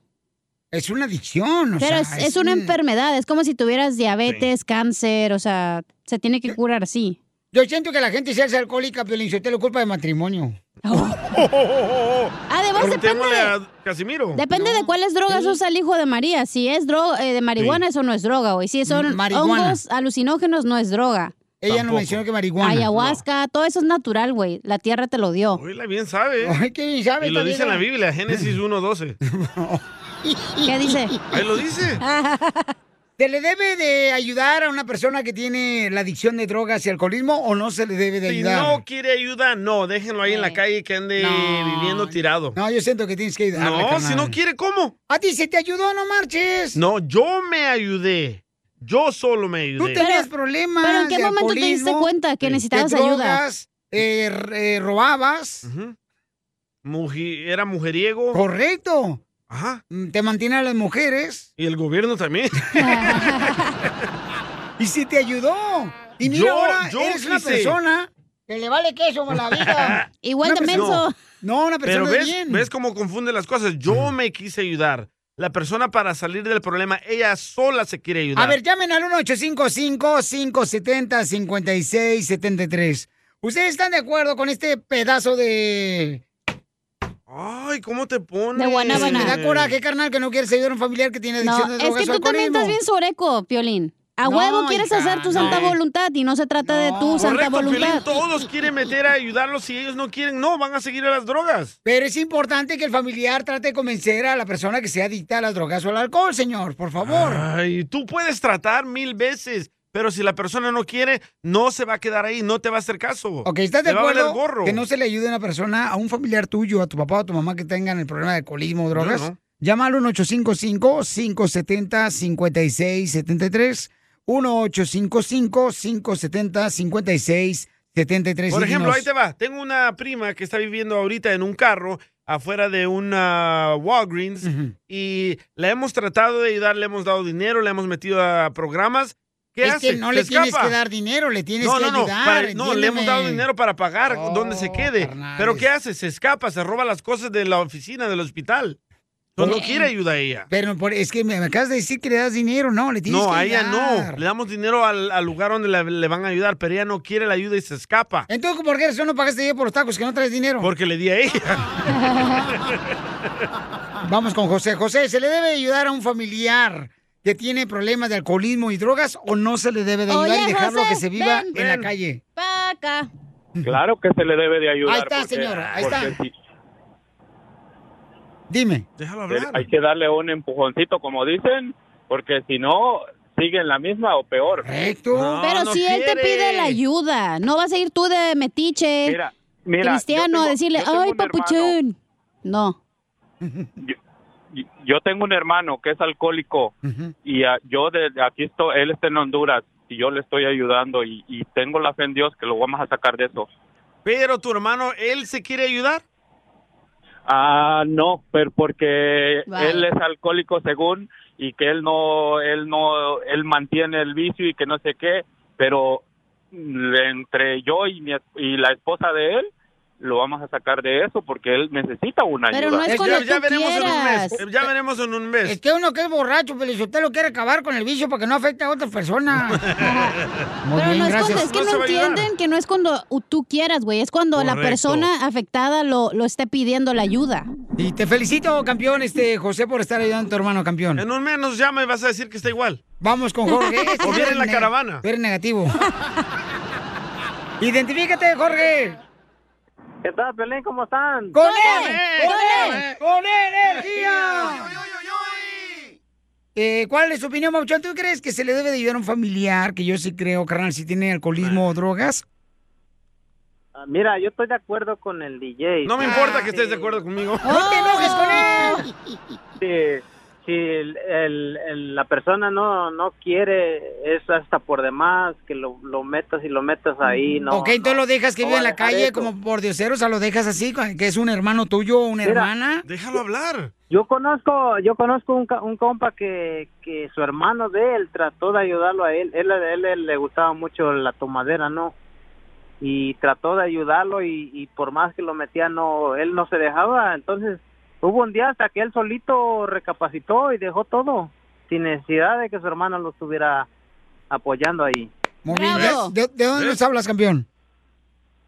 S2: Es una adicción, o
S4: Pero
S2: sea,
S4: es, es una enfermedad, es como si tuvieras diabetes, cáncer, o sea, se tiene que curar así.
S2: Yo siento que la gente se hace alcohólica, pero te lo culpa de matrimonio.
S4: Oh. Además, Ah, depende,
S3: Preguntémosle a Casimiro.
S4: depende de cuáles drogas usa el hijo de María. Si es droga, de marihuana, eso no es droga, güey. Si son
S2: Mm, Marihuana.
S4: hongos alucinógenos, no es droga.
S2: Ella no mencionó que marihuana.
S4: Ayahuasca, todo eso es natural, güey. La tierra te lo dio.
S3: Él bien sabe.
S2: Ay, qué bien sabe
S3: Y lo
S2: esta
S3: dice en la
S2: vieja.
S3: Biblia, Génesis 1.12.
S4: ¿Qué dice?
S3: Ahí lo dice.
S2: ¿Se le debe de ayudar a una persona que tiene la adicción de drogas y alcoholismo o no se le debe de
S3: Si
S2: ayudar?
S3: no quiere ayuda, no, déjenlo ahí en
S4: Eh,
S3: la calle que ande viviendo tirado.
S2: No, yo siento que tienes que ayudarle,
S3: No, si
S2: Ah, carnal.
S3: no quiere, ¿cómo?
S2: A ti se te ayudó, no marches.
S3: No, yo me ayudé. Yo solo me ayudé.
S2: Tú tenías problemas.
S4: pero ¿en qué
S2: de
S4: momento te diste
S2: alcoholismo,
S4: cuenta que
S2: de
S4: necesitabas
S2: drogas, eh, r- eh, robabas.
S3: Muji- era mujeriego.
S2: Correcto. Mm,
S3: Ajá.
S2: Te mantienen a las mujeres.
S3: Y el gobierno también.
S2: Y si te ayudó. Y mira,
S3: Yo-
S2: ahora
S3: yo
S2: eres una
S3: quise.
S2: persona que le vale queso como la vida.
S4: Igual
S2: Una persona- No, una
S3: Pero
S2: persona de
S3: ves,
S2: bien.
S3: ves cómo confunde las cosas. Yo me quise ayudar. La persona para salir del problema, ella sola se quiere ayudar.
S2: A ver, llamen al 1-855-570-5673. ¿Ustedes están de acuerdo con este pedazo de...
S3: Ay, ¿cómo te
S2: Me
S3: pones?
S2: da coraje, carnal, que no quieres ayudar a un familiar que tiene
S4: No,
S2: adicción de
S4: es
S2: drogas
S4: que
S2: o
S4: tú también
S2: alcoholismo.
S4: estás bien sureco, Piolín. A
S3: No,
S4: huevo quieres
S3: hija,
S4: hacer tu santa
S3: no.
S4: voluntad y no se trata de tu santa
S3: Correcto, Piolín,
S4: voluntad.
S3: todos quieren meter a ayudarlos si ellos no quieren, no, van a seguir a las drogas.
S2: Pero es importante que el familiar trate de convencer a la persona que sea adicta a las drogas o al alcohol, señor, por favor.
S3: Ay, tú puedes tratar mil veces, pero si la persona no quiere, no se va a quedar ahí, no te va a hacer caso.
S2: Ok, ¿estás de
S3: Te va a valer
S2: acuerdo
S3: gorro.
S2: que no se le ayude a una persona, a un familiar tuyo, a tu papá o a tu mamá que tengan el problema de alcoholismo o drogas?
S3: no.
S2: Llama al 1-855-570-5673. 1-855-570-5673.
S3: Por
S2: y
S3: ejemplo,
S2: dinos-
S3: ahí te va. Tengo una prima que está viviendo ahorita en un carro afuera de una Walgreens y la hemos tratado de ayudar, le hemos dado dinero, le hemos metido a programas. ¿Qué
S2: es
S3: hace?
S2: que no
S3: Se
S2: le tienes
S3: escapa.
S2: que dar dinero, le tienes
S3: no,
S2: que
S3: no, no,
S2: ayudar.
S3: para- no, le hemos dado
S2: entiéndeme. Oh,
S3: dinero para pagar donde se quede. Pero ¿qué hace? Se escapa, se roba las cosas de la oficina, del hospital. No, no
S2: Oye,
S3: quiere ayuda a ella.
S2: Pero por- es que me, me acabas de decir que le das dinero, no, le tienes
S3: No,
S2: que
S3: a ella
S2: dar.
S3: no. Le damos dinero al, al lugar donde la- le van a ayudar, pero ella no quiere la ayuda y se escapa.
S2: Entonces, ¿por qué razón no pagaste yo por los tacos que no traes dinero?
S3: Porque le di a ella.
S2: Vamos con José. José, ¿se le debe ayudar a un familiar que tiene problemas de alcoholismo y drogas o no se le debe de ayudar
S4: Oye,
S2: y dejarlo
S4: José,
S2: que se viva
S4: ven.
S2: en la
S4: Ven.
S2: calle?
S4: Pa' acá.
S23: Claro que se le debe de ayudar.
S2: Ahí está, señora, ahí está.
S23: porque sí,
S2: Dime.
S3: Déjalo
S23: Hay que darle un empujoncito, como dicen, porque si no, siguen la misma o peor.
S2: Correcto.
S4: Pero si él te pide la ayuda, no vas a ir tú de metiche,
S23: Mira, mira, yo
S4: cristiano,
S23: tengo-
S4: a decirle,
S23: yo tengo
S4: ay,
S23: un hermano".
S4: papuchón. No.
S23: Yo tengo un hermano que es alcohólico y ah, yo de de aquí estoy, él está en Honduras y yo le estoy ayudando y, y tengo la fe en Dios que lo vamos a sacar de eso.
S3: Pero tu hermano, él se quiere ayudar.
S23: Ah, no, pero porque
S3: Vale.
S23: él es alcohólico según y que él no, él no, él mantiene el vicio y que no sé qué, pero mm, entre yo y, mi, es- y la esposa de él lo vamos a sacar de eso porque él necesita una ayuda.
S3: ya, ya veremos en un mes. eh, Ya veremos en un mes.
S2: Es que uno que es borracho, pero si usted lo quiere acabar con el vicio para que no afecte a otras personas. Muy
S4: Pero
S2: bien,
S4: no es, cuando,
S2: gracias.
S4: es que
S2: No
S4: no,
S2: se va a ayudar.
S4: entienden que no es cuando u- tú quieras, güey. Es cuando la
S2: Correcto.
S4: persona afectada lo, lo esté pidiendo la ayuda.
S2: Y te felicito, campeón, este José, por estar ayudando a tu hermano, campeón.
S3: En un mes nos llama y vas a decir que está igual.
S2: Vamos con Jorge. Este
S3: O viene
S2: eres
S3: la
S2: ne-
S3: caravana.
S2: tú Eres negativo. Identifícate, Jorge.
S24: ¿Qué tal, Pelín? ¿Cómo están?
S2: ¡Con él! ¡Con él! ¡Con energía! Eh, ¿Cuál es tu opinión, Mauchón? ¿Tú crees que se le debe de ayudar a un familiar, que yo sí creo, carnal, si tiene alcoholismo o drogas?
S24: Ah, Mira, yo estoy de acuerdo con el Ah, DJ.
S3: No me importa que estés de acuerdo conmigo.
S24: ¡No te
S4: Oh.
S24: enojes
S2: con
S24: él! Si, si el- el- el- la persona no, no quiere, es hasta por demás que lo, lo metas y lo metas ahí. No,
S2: ok, entonces
S24: no,
S2: lo dejas que
S24: no
S2: vive
S24: va
S2: en
S24: a
S2: la
S24: dejar
S2: calle
S24: eso.
S2: como por diosero, o sea, lo dejas así, que es un hermano tuyo o una
S24: Mira,
S2: hermana.
S3: Déjalo hablar.
S24: Yo conozco, yo conozco un, ca- un compa que, que su hermano de él trató de ayudarlo a él. Él, a él, le gustaba mucho la tomadera, ¿no? Y trató de ayudarlo y, y por más que lo metía, no, él no se dejaba. Entonces hubo un día hasta que él solito recapacitó y dejó todo sin necesidad de que su hermano lo estuviera apoyando ahí.
S2: Muy bien. ¿De, de dónde nos hablas, campeón?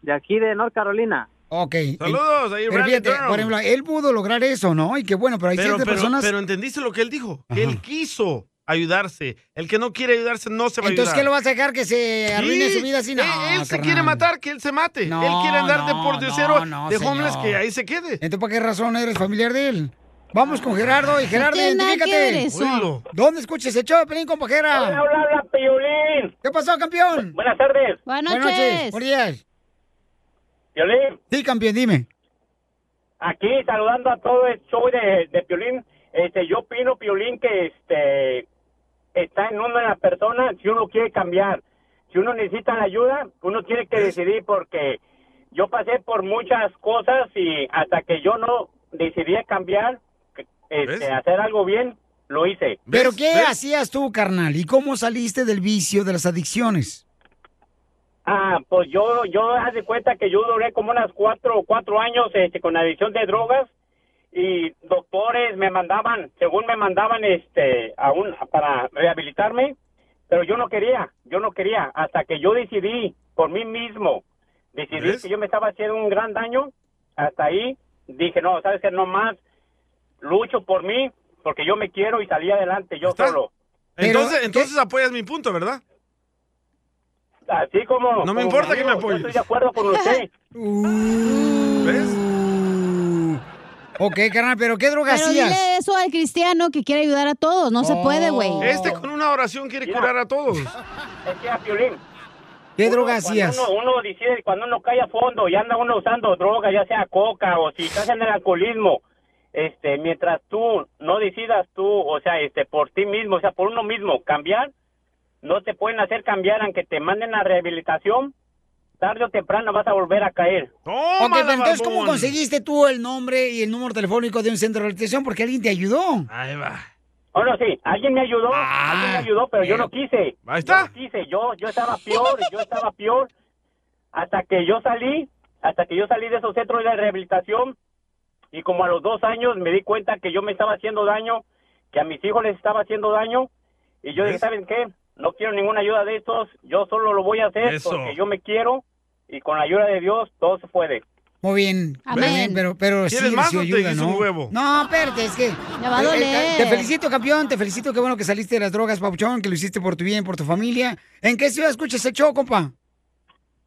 S24: De aquí de North Carolina.
S2: Ok.
S3: Saludos, ahí
S2: Pero
S3: Randy
S2: fíjate,
S3: Durham.
S2: por ejemplo, él pudo lograr eso, ¿no? Y qué bueno, pero hay
S3: Pero,
S2: ciertas
S3: pero-
S2: personas...
S3: pero entendiste lo que él dijo. Que él quiso ayudarse. El que no quiere ayudarse no se va
S2: Entonces,
S3: a
S2: ¿qué
S3: ayudar.
S2: lo vas a dejar que se arruine su vida así?
S3: sin
S2: No,
S3: Él, él se
S2: carnal.
S3: quiere matar, que él se mate.
S2: No,
S3: él quiere andar de
S2: no,
S3: por diosero
S2: no, no,
S3: de
S2: señor.
S3: homeless que ahí se quede.
S2: Entonces, ¿para qué razón eres familiar de él? Vamos con Gerardo y Gerardo,
S3: No tiene nada que ver
S2: identifícate.
S3: eso. Oílo.
S2: ¿Dónde escuchas el show de Pelín, compajera?
S24: Hola, hola, hola, Piolín.
S2: ¿Qué pasó, campeón?
S24: Buenas tardes.
S4: Buenas
S2: Buenas noches.
S4: noches.
S2: Buenos días.
S24: Piolín.
S2: Sí, campeón, dime.
S24: aquí saludando a todo el show de, de Piolín. Este, yo opino, Piolín, que este está en una la persona si uno quiere cambiar. Si uno necesita la ayuda, uno tiene que decidir porque yo pasé por muchas cosas y hasta que yo no decidí cambiar, este, hacer algo bien, lo hice.
S2: ¿Pero qué hacías tú, carnal? ¿Y cómo saliste del vicio de las adicciones?
S24: Ah, pues yo, yo haz de cuenta que yo duré como unas cuatro, cuatro años este, con adicción de drogas y doctores me mandaban, según me mandaban este, a un, para rehabilitarme, pero yo no quería, yo no quería, hasta que yo decidí por mí mismo, decidí que yo me estaba haciendo un gran daño, hasta ahí dije, no, sabes que no más, lucho por mí, porque yo me quiero y salí adelante yo solo.
S3: entonces, entonces apoyas mi punto, ¿verdad?
S24: Así como...
S3: No me
S24: como
S3: importa
S24: mi
S3: que me
S24: amigo, yo
S3: apoyes.
S24: Estoy de acuerdo con usted.
S3: ¿Ves?
S2: Uh. Ok, carnal, pero ¿qué droga
S4: Pero
S2: hacías?
S4: dile eso al cristiano que quiere ayudar a todos. No se puede, güey.
S24: Oh.
S3: Este con una oración quiere curar a todos.
S24: Es que a Piolín.
S2: ¿Qué
S24: droga hacías? Uno, uno decide cuando uno cae a fondo y anda uno usando droga, ya sea coca o si estás en el alcoholismo, este, mientras tú no decidas tú, o sea, este, por ti mismo, o sea, por uno mismo, cambiar, no te pueden hacer cambiar aunque te manden a rehabilitación, tarde o temprano vas a volver a caer.
S2: Ok, pero entonces, ¿cómo conseguiste tú el nombre y el número telefónico de un centro de rehabilitación? Porque alguien te ayudó.
S3: Ahí va.
S24: Bueno, sí, alguien me ayudó, alguien me ayudó, pero yo no quise.
S3: Ah, Ahí
S24: Yo
S3: está.
S24: no quise, yo, yo estaba peor, yo estaba peor. Hasta que yo salí, hasta que yo salí de esos centros de rehabilitación y como a los dos años me di cuenta que yo me estaba haciendo daño, que a mis hijos les estaba haciendo daño y yo dije, ¿saben qué? No quiero ninguna ayuda de estos, yo solo lo voy a hacer
S2: Eso.
S24: porque yo me quiero y con la ayuda de Dios todo se puede.
S2: Muy bien, muy bien, pero, pero sí,
S24: ¿Quieres más
S2: sí
S24: o te
S2: ayuda,
S24: hice
S2: ¿no?
S24: un huevo?
S2: No, espérate, es que... Me
S24: va a doler.
S2: Eh, Te felicito, campeón, te felicito, qué bueno que saliste de las drogas, Papuchón, que lo hiciste por tu bien, por tu familia. ¿En qué ciudad escuchas el show, compa?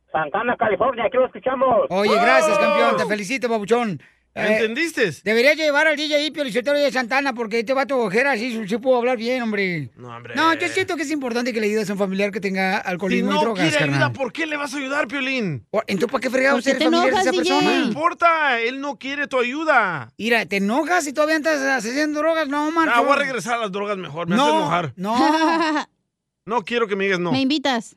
S24: Santana, California, aquí lo escuchamos. ¡Oh!
S2: Oye, gracias, campeón, te felicito, Papuchón. Eh,
S3: ¿Entendiste?
S2: Deberías llevar al DJ ahí, Piolichotero de Santana, porque este vato ojera, sí, sí puedo hablar bien, hombre.
S3: No, hombre.
S2: No, yo siento que es importante que le ayudes a un familiar que tenga
S3: Si
S2: alcoholismo y
S3: no
S2: drogas,
S3: quiere ayuda,
S2: carnal.
S3: ¿por qué le vas a ayudar, Piolín?
S2: Entonces, ¿para qué
S24: pues,
S2: fregados eres familiar de esa
S3: No
S2: persona?
S3: importa, él no quiere tu ayuda.
S2: Mira, te enojas y todavía andas haciendo drogas, no, man.
S3: Ah, voy a regresar a las drogas mejor, me
S2: No,
S3: hace enojar.
S2: no.
S3: No quiero que me digas no.
S4: Me invitas.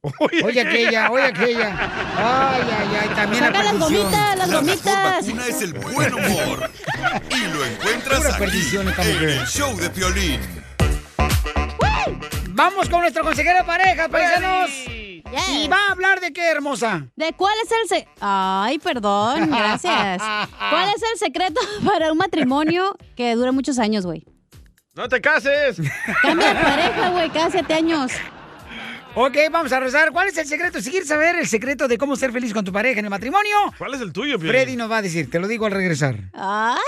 S3: Oye,
S2: Oye, aquella, oye, aquella. Ay, ay, ay, también
S4: Saca las
S2: perdición.
S4: gomitas, las
S5: La
S4: gomitas.
S5: mejor vacuna es el buen humor. Y lo encuentras aquí, en el show de Piolín.
S2: Vamos con nuestro consejero de pareja, paisanos. Y va a hablar de qué, hermosa.
S4: Eh. ¿De cuál es el se- Ay, perdón, gracias. ¿Cuál es el secreto para un matrimonio que dure muchos años, güey?
S3: No te cases.
S4: Cambia de pareja, güey, cada siete años.
S2: Ok, vamos a rezar. ¿Cuál es el secreto? Si quieres saber el secreto de cómo ser feliz con tu pareja en el matrimonio,
S3: ¿Cuál es el tuyo, Piolín?
S2: Freddy nos va a decir. Te lo digo al regresar.
S4: Ay.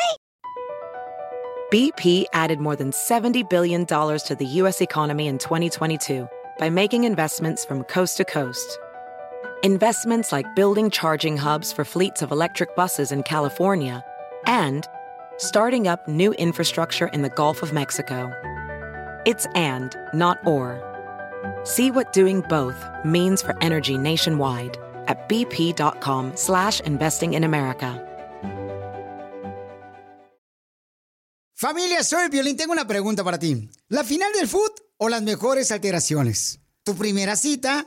S8: BP added more than $70 billion to the U.S. economy in 2022 by making investments from coast to coast. Investments like building charging hubs for fleets of electric buses in California and starting up new infrastructure in the Gulf of Mexico. It's and, not or. See what doing both means for energy nationwide at bp.com slash investing in America.
S2: Familia, soy Violín. Tengo una pregunta para ti. ¿La final del foot o las mejores alteraciones? ¿Tu primera cita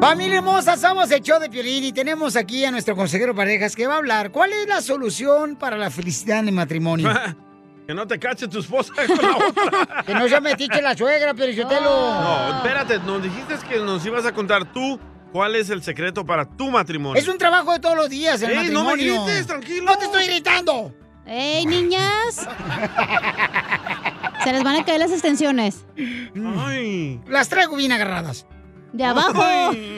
S2: Familia hermosa, somos el show de Piolín y tenemos aquí a nuestro consejero de parejas que va a hablar. ¿Cuál es la solución para la felicidad en el matrimonio?
S3: Que no te cache tu esposa con la otra.
S2: que no se metiche la suegra, Piolichotelo.
S3: No, espérate, nos dijiste que nos ibas a contar tú cuál es el secreto para tu matrimonio.
S2: Es un trabajo de todos los días el
S3: Ey, no me
S2: matrimonio.
S3: grites,
S2: tranquilo. No te estoy gritando.
S4: ¡Ey, niñas! Se les van a caer las extensiones.
S2: Las traigo bien agarradas.
S4: De abajo.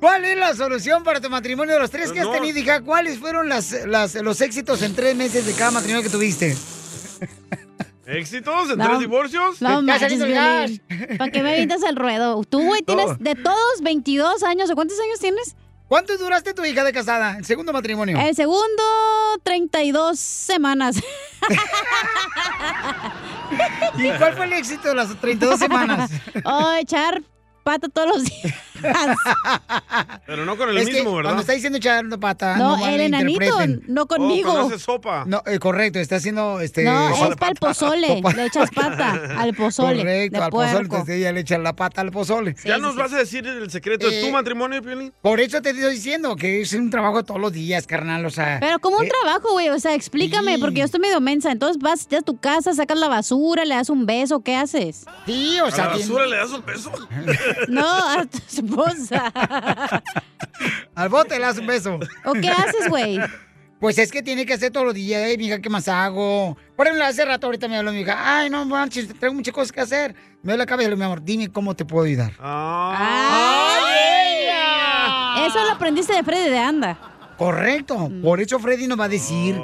S2: ¿Cuál es la solución para tu matrimonio de los
S3: Pues
S2: tres que has tenido, hija? ¿Cuáles fueron las, las- los éxitos en tres meses de cada matrimonio que tuviste?
S3: ¿Éxitos en
S4: No,
S3: tres divorcios?
S4: No manches, ¿Para qué me avientas al ruedo? Tú, güey, tienes
S3: Todo.
S4: de todos 22 años. ¿O cuántos años tienes?
S2: ¿Cuánto duraste tu hija de casada? El segundo matrimonio.
S4: El segundo, 32 semanas.
S2: ¿Y cuál fue el éxito de las 32 semanas?
S4: Oh, echar pata todos los días.
S3: Pero no con el
S2: Es que
S3: mismo, ¿verdad?
S2: Cuando está diciendo echando pata.
S4: No,
S2: mal
S4: el enanito,
S2: interpreten.
S4: no conmigo. Oh, cuando hace
S3: sopa.
S2: No, eh, correcto, está haciendo este.
S4: No,
S2: sopa
S4: es
S2: de
S4: para el
S2: pata.
S4: pozole.
S2: Sopa-
S4: Le echas pata al pozole.
S2: Correcto,
S4: de
S2: al pozole.
S4: puerco.
S2: Entonces ella le echa la pata al pozole.
S3: ¿Ya nos vas a decir el secreto de
S2: Eh,
S3: tu matrimonio, Piolín?
S2: Por eso te estoy diciendo que es un trabajo de todos los días, carnal. O sea.
S4: Pero como un
S2: eh,
S4: trabajo, güey, o sea, explícame, porque yo estoy medio mensa. Entonces vas ya a tu casa, sacas la basura, le das un beso, ¿qué haces?
S2: Sí, o
S3: ¿A la basura le das un beso?
S4: No, ah, a tu esposa.
S2: Al bote le das un beso.
S4: ¿O qué haces, güey?
S2: Pues es que tiene que hacer todos los días, "Ey, mija, ¿qué más hago? Por ejemplo, hace rato ahorita me habló mi hija, ay, no manches, tengo muchas cosas que hacer. Me duele la cabeza, Le digo, mi amor, dime cómo te puedo ayudar.
S4: Ah. Eso lo aprendiste de Freddy de Anda. Mm.
S2: Correcto, por eso Freddy nos va a decir,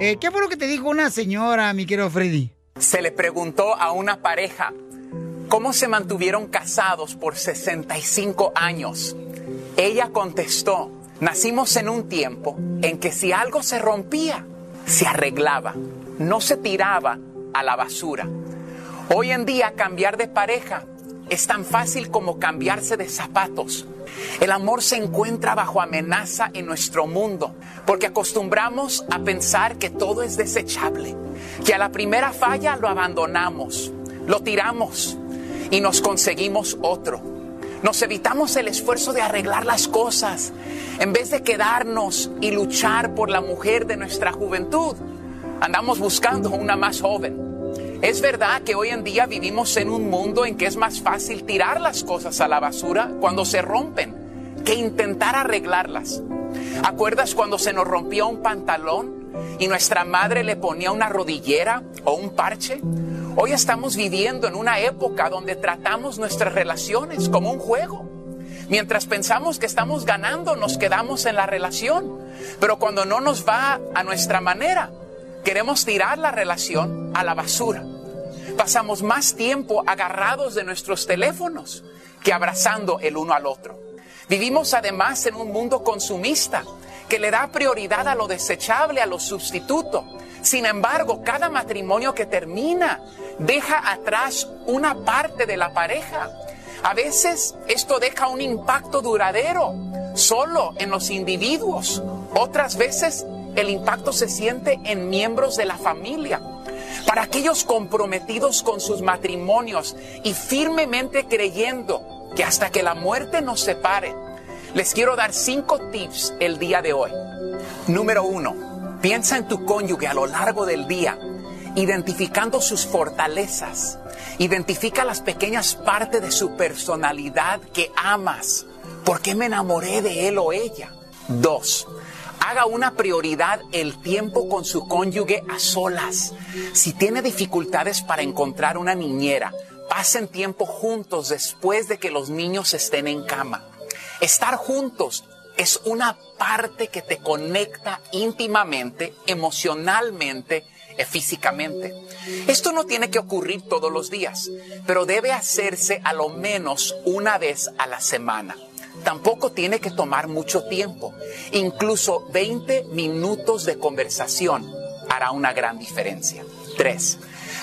S2: eh, ¿qué fue lo que te dijo una señora, mi querido Freddy?
S9: se le preguntó a una pareja cómo se mantuvieron casados por 65 años. Ella contestó, nacimos en un tiempo en que si algo se rompía, se arreglaba, no se tiraba a la basura. Hoy en día cambiar de pareja es tan fácil como cambiarse de zapatos. El amor se encuentra bajo amenaza en nuestro mundo porque acostumbramos a pensar que todo es desechable, que a la primera falla lo abandonamos, lo tiramos y nos conseguimos otro. Nos evitamos el esfuerzo de arreglar las cosas en vez de quedarnos y luchar por la mujer de nuestra juventud. Andamos buscando una más joven. Es verdad que hoy en día vivimos en un mundo en que es más fácil tirar las cosas a la basura cuando se rompen que intentar arreglarlas. ¿Acuerdas cuando se nos rompía un pantalón y nuestra madre le ponía una rodillera o un parche? Hoy estamos viviendo en una época donde tratamos nuestras relaciones como un juego. Mientras pensamos que estamos ganando, nos quedamos en la relación. Pero cuando no nos va a nuestra manera, queremos tirar la relación a la basura. Pasamos más tiempo agarrados de nuestros teléfonos que abrazando el uno al otro. Vivimos además en un mundo consumista que le da prioridad a lo desechable, a lo sustituto. Sin embargo, cada matrimonio que termina deja atrás una parte de la pareja. A veces esto deja un impacto duradero solo en los individuos. Otras veces el impacto se siente en miembros de la familia. Para aquellos comprometidos con sus matrimonios y firmemente creyendo que hasta que la muerte nos separe, les quiero dar cinco tips el día de hoy. Número uno, piensa en tu cónyuge a lo largo del día, identificando sus fortalezas. Identifica las pequeñas partes de su personalidad que amas. ¿Por qué me enamoré de él o ella? Dos, haga una prioridad el tiempo con su cónyuge a solas. Si tiene dificultades para encontrar una niñera, pasen tiempo juntos después de que los niños estén en cama. Estar juntos es una parte que te conecta íntimamente, emocionalmente, eh, físicamente. Esto no tiene que ocurrir todos los días, pero debe hacerse a lo menos una vez a la semana. Tampoco tiene que tomar mucho tiempo. Incluso 20 minutos de conversación hará una gran diferencia. 3.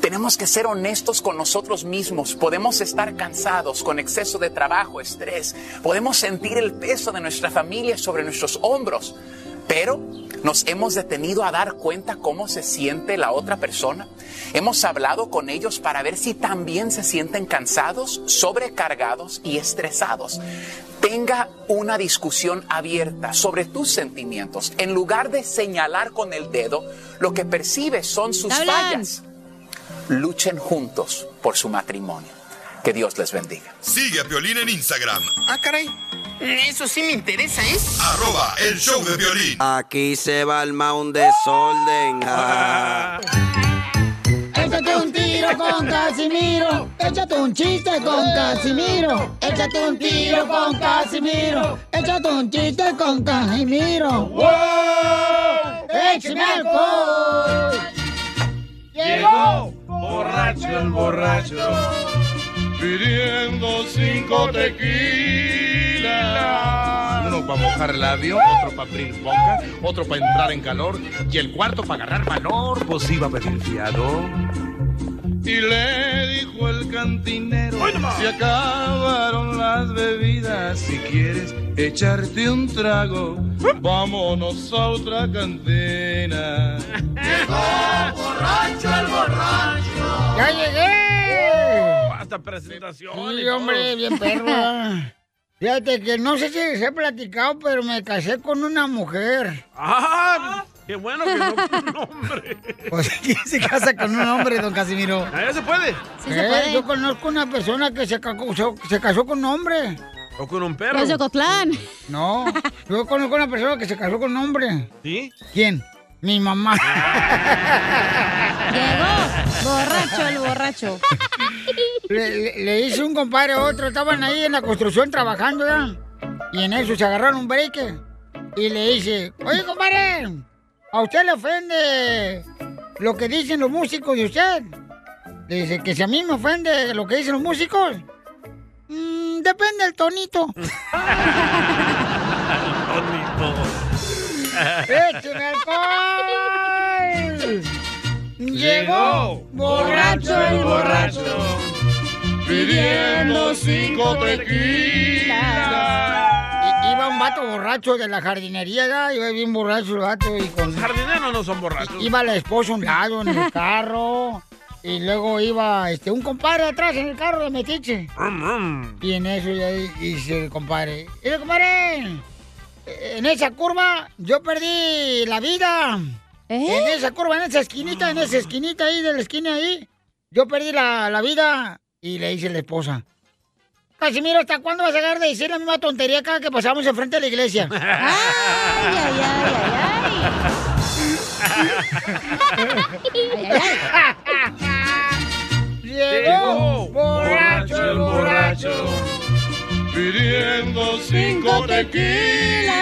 S9: Tenemos que ser honestos con nosotros mismos. Podemos estar cansados con exceso de trabajo, estrés. Podemos sentir el peso de nuestra familia sobre nuestros hombros. Pero nos hemos detenido a dar cuenta cómo se siente la otra persona. Hemos hablado con ellos para ver si también se sienten cansados, sobrecargados y estresados. Tenga una discusión abierta sobre tus sentimientos. En lugar de señalar con el dedo, lo que percibes son sus fallas. Luchen juntos por su matrimonio. Que Dios les bendiga.
S5: Sigue a Piolín en Instagram.
S15: Ah, caray.
S18: Eso sí me interesa, ¿es?
S5: Arroba el show de violín.
S10: Aquí se va el mound Ah. desorden.
S13: Échate un tiro con Casimiro. Échate un chiste con Casimiro. Échate un tiro con Casimiro. Échate un chiste con Casimiro. ¡Wow! ¡Échame alcohol!
S11: Llegó borracho el borracho pidiendo cinco tequilas.
S22: Uno para mojar el labio, otro para abrir boca, otro para entrar en calor y el cuarto para agarrar valor. Pues iba a pedir fiado.
S11: Y le dijo el cantinero, se acabaron las bebidas, si quieres echarte un trago, vámonos a otra cantina.
S13: borracho el borracho! ¡Ya llegué!
S3: Oh, Hasta presentación.
S13: Sí, hombre, bien perra. Fíjate que no sé si les he platicado, pero me casé con una mujer.
S3: ¡Ah! ¡Qué bueno que no un hombre! Ah,
S2: Pues, ¿quién se casa con un hombre, don Casimiro? Eh,
S3: ¿Ya se puede?
S13: Sí se puede.
S2: Yo conozco una persona que se casó, se, se casó con un hombre.
S3: ¿O con un
S2: perro?
S3: Los de
S2: Cotlán. No, yo conozco una persona que se casó con un hombre.
S3: ¿Sí? Ah.
S2: ¿Quién? Mi mamá.
S4: Llegó borracho el borracho.
S2: Le, le- le hice un compadre a otro, estaban ahí en la construcción trabajando ya. Y en eso se agarraron un breque. Y le dice, oye compadre, ¿a usted le ofende lo que dicen los músicos de usted? Le dice, que si a mí me ofende lo que dicen los músicos, "Mm, depende del tonito. ¡Écheme alcohol!
S11: Llegó borracho el borracho pidiendo cinco tequilas.
S2: I- Iba un vato borracho de la jardinería, ya, iba bien borracho el vato. Y con... Los
S3: jardineros no son borrachos.
S2: Iba la esposa a un lado en el carro. y luego iba este, un compadre atrás en el carro de Metiche. Y en eso ya di- dice el compadre. "Mire, compadre, en esa curva yo perdí la vida. En esa curva, en esa esquinita, en esa esquinita ahí, de la esquina ahí, yo perdí la, la vida. Y le dice la esposa. Casimiro, ¿hasta cuándo vas a dejar de decir la misma tontería cada que pasamos enfrente de la iglesia?
S11: Ay, ay, ay,
S2: Llegó borracho
S11: el borracho pidiendo cinco tequilas.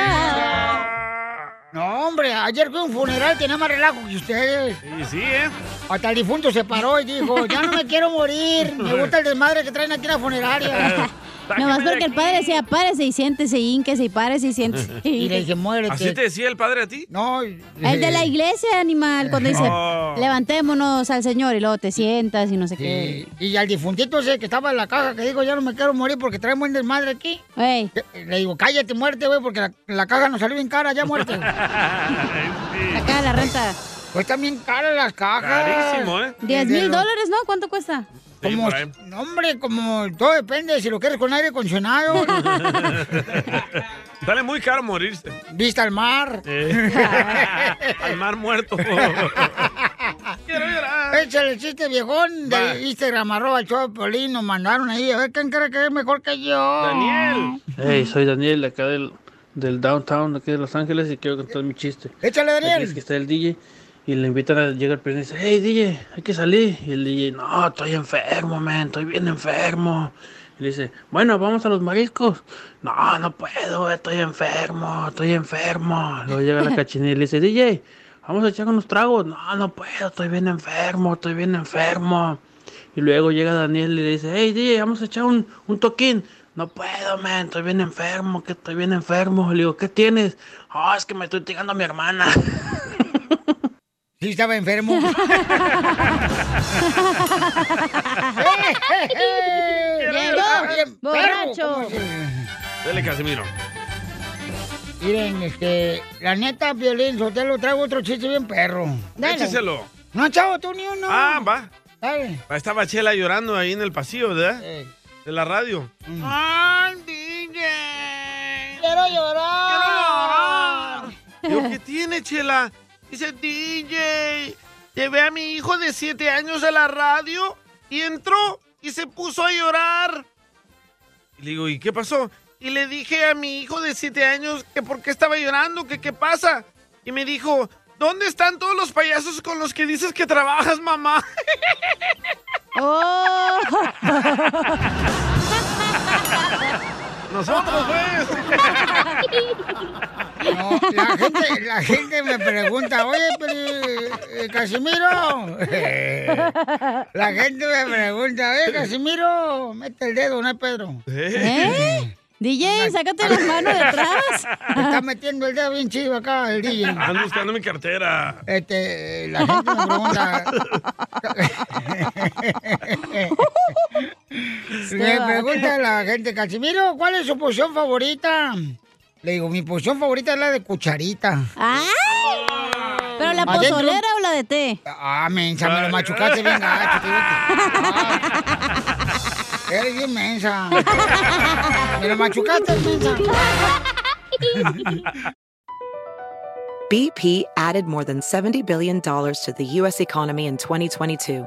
S2: No, hombre, ayer fue un funeral, tenía más relajo que ustedes.
S3: Sí, sí, ¿eh?
S2: Hasta el difunto se paró y dijo, ya no me quiero morir, me gusta el desmadre que traen aquí en la funeraria.
S4: Nomás porque el padre decía, párese y siéntese, y ínquese y párese y siéntese.
S2: Y le dije, muérete.
S3: ¿Así te decía el padre a ti? Eh,
S2: No.
S4: El de la iglesia, animal, cuando dice,
S3: Oh.
S4: levantémonos al Señor y luego te sientas y no sé qué.
S2: Sí, Eh, Y al difuntito ese que estaba en la caja que dijo, ya no me quiero morir porque traen buen desmadre aquí. Eh, Le digo, cállate, muerte, güey, porque la, la caja nos salió bien cara, ya muerte.
S4: Acá la renta.
S2: Cuesta bien cara las cajas.
S4: Carísimo,
S3: ¿eh?
S4: 10 mil dólares, ¿no? ¿Cuánto cuesta?
S2: Como,
S4: por ahí.
S2: no, hombre, como todo depende si lo quieres con aire acondicionado,
S3: Sale muy caro morirse.
S2: vista al mar.
S3: Eh. Al mar muerto.
S2: Échale el chiste viejón de
S3: Va.
S2: Instagram, arroba el show de Piolín, nos mandaron ahí. A ver, ¿quién cree que es mejor que yo?
S3: Daniel.
S21: Hey, soy Daniel, de acá del, del downtown, de aquí de Los Ángeles, y quiero contar mi chiste.
S2: Échale, Daniel.
S21: Aquí es que está el DJ, y le invitan a llegar, pero dice, hey, DJ, hay que salir. Y el DJ, no, estoy enfermo, man, estoy bien enfermo. Y le dice, bueno, vamos a los mariscos. No, no puedo, estoy enfermo, estoy enfermo. Luego llega la cachinilla y le dice, DJ, vamos a echar unos tragos. No, no puedo, estoy bien enfermo, estoy bien enfermo. Y luego llega Daniel y le dice, hey DJ, vamos a echar un, un toquín. No puedo, man, estoy bien enfermo, que estoy bien enfermo. Le digo, ¿qué tienes? Oh, es que me estoy tirando a mi hermana.
S2: Sí, estaba enfermo. Eh, eh,
S4: Llegó borracho.
S3: Dele, Casimiro.
S2: Miren, este, la neta, Violín, Sotelo, traigo otro chiste bien perro.
S3: Écheselo.
S2: No, chavo, tú ni uno.
S3: Ah, va.
S2: Dale.
S3: Estaba Chela llorando ahí en el pasillo, ¿verdad? De la radio.
S11: Ay, DJ.
S2: Quiero llorar.
S1: Ah.
S3: Digo, ¿qué tiene, Chela? Dice, DJ, llevé a mi hijo de 7 años a la radio y entró y se puso a llorar. Y le digo, ¿y qué pasó? y le dije a mi hijo de siete años que por qué estaba llorando, que qué pasa. Y me dijo, ¿dónde están todos los payasos con los que dices que trabajas, mamá? Nosotros,
S2: pues. No, la gente, la gente me pregunta, oye, pero, eh, Casimiro. La gente me pregunta, oye, Casimiro, mete el dedo, no es Pedro.
S4: ¿Eh? DJ, sácate las manos de atrás.
S2: Me está metiendo el dedo bien chido acá, el DJ.
S3: Ando buscando mi cartera.
S2: Este, la gente me pregunta. me pregunta la gente, Casimiro, ¿cuál es su posición favorita? Le digo, mi posición favorita es la de cucharita.
S4: ¡Ay! ¿Pero la
S2: Adentro-
S4: pozolera o la Ah, de té?
S2: Ah, mensa, me lo machucaste bien gacho, te digo que- Ay, Ah. Eres bien mensa. Me lo machucaste, mensa.
S8: BP added more than $70 billion to the U.S. economy in 2022.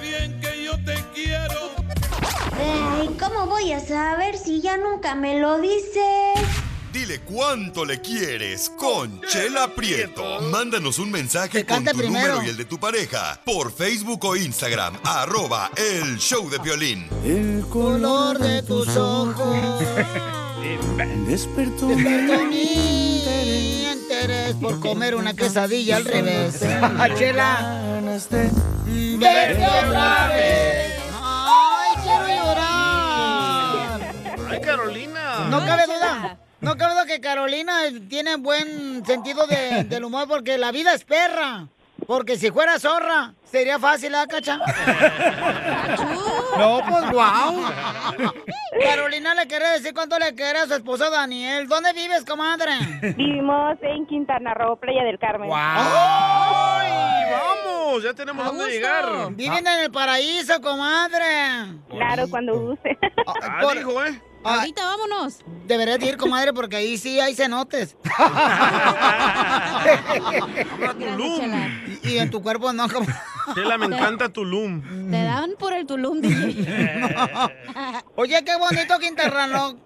S11: bien que yo te quiero.
S25: Ay, ¿cómo voy a saber si ya nunca me lo dices?
S5: Dile cuánto le quieres con Chela Prieto. Mándanos un mensaje con
S25: cante
S5: tu
S25: primero.
S5: número y el de tu pareja por Facebook o Instagram, arroba el show de violín.
S25: El color de tus ojos
S2: despertó mi interés por comer una quesadilla al revés. Ah, Chela.
S25: Verte otra vez.
S2: Ay, quiero llorar.
S3: Ay, Carolina.
S2: No cabe duda. No cabe duda que Carolina tiene buen sentido de- del humor porque la vida es perra. Porque si fuera zorra, sería fácil, ¿ah, cacha? No, pues guau. Carolina le quiere decir cuánto le quiere a su esposo Daniel. ¿Dónde vives, comadre?
S26: Vivimos en Quintana Roo, Playa del Carmen.
S3: ¡Ay, vamos! Ya tenemos dónde llegar.
S2: Viven en el paraíso, comadre.
S26: Claro, cuando guste.
S3: Ah, dijo, ¿eh?
S2: Ahorita vámonos. Deberías de ir, comadre, porque ahí sí hay cenotes. y, y en tu cuerpo no, como...
S3: Chela, me encanta Tulum. Eh.
S4: Te dan por el Tulum, DJ.
S2: Oye, qué bonito Quintana Roo.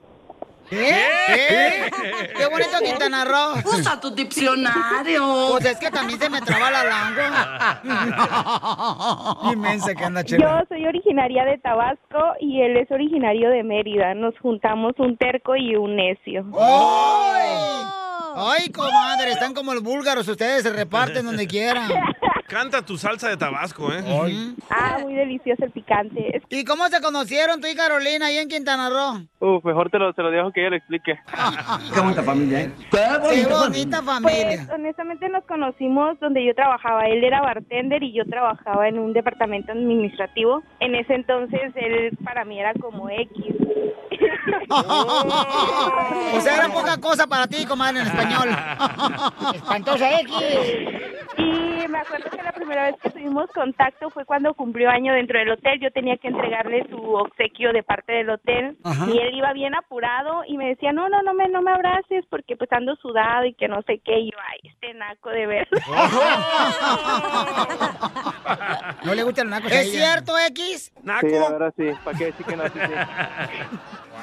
S2: ¿Eh? ¿Qué? ¿Qué? Qué bonito Quintana Roo. Usa tu diccionario. Pues es que también se me traba la lengua. Inmensa que anda
S26: Yo
S2: chela.
S26: soy originaria de Tabasco y él es originario de Mérida. Nos juntamos un terco y un necio.
S2: ¡Oh! ¡Ay!
S26: ¡Oh!
S2: Ay, comadre, están como los búlgaros, ustedes se reparten donde quieran.
S3: Canta tu salsa de Tabasco, ¿eh?
S26: Ah, muy delicioso el picante.
S2: ¿Y cómo se conocieron tú y Carolina ahí en Quintana Roo?
S23: Uf, mejor te lo, te lo dejo que ella lo explique.
S2: Qué
S23: bonita familia, ¿eh?
S2: Qué bonita familia.
S26: Pues honestamente nos conocimos donde yo trabajaba. Él era bartender y yo trabajaba en un departamento administrativo. En ese entonces él para mí era como X.
S2: o sea, era poca cosa para ti, comadre, en español. Espantosa X.
S26: Y me acuerdo que la primera vez que tuvimos contacto fue cuando cumplió año dentro del hotel. Yo tenía que entregarle su obsequio de parte del hotel
S27: Ajá.
S26: y él iba bien apurado y me decía, no, no, no me, no me abraces porque pues ando sudado y que no sé qué. Y yo, ay, este naco de ver.
S2: No le gusta el naco.
S26: a
S2: ¿Es
S26: ella.
S2: cierto, X?
S23: Sí, ahora sí. ¿Para qué decir que no? Sí, sí.
S1: Ah.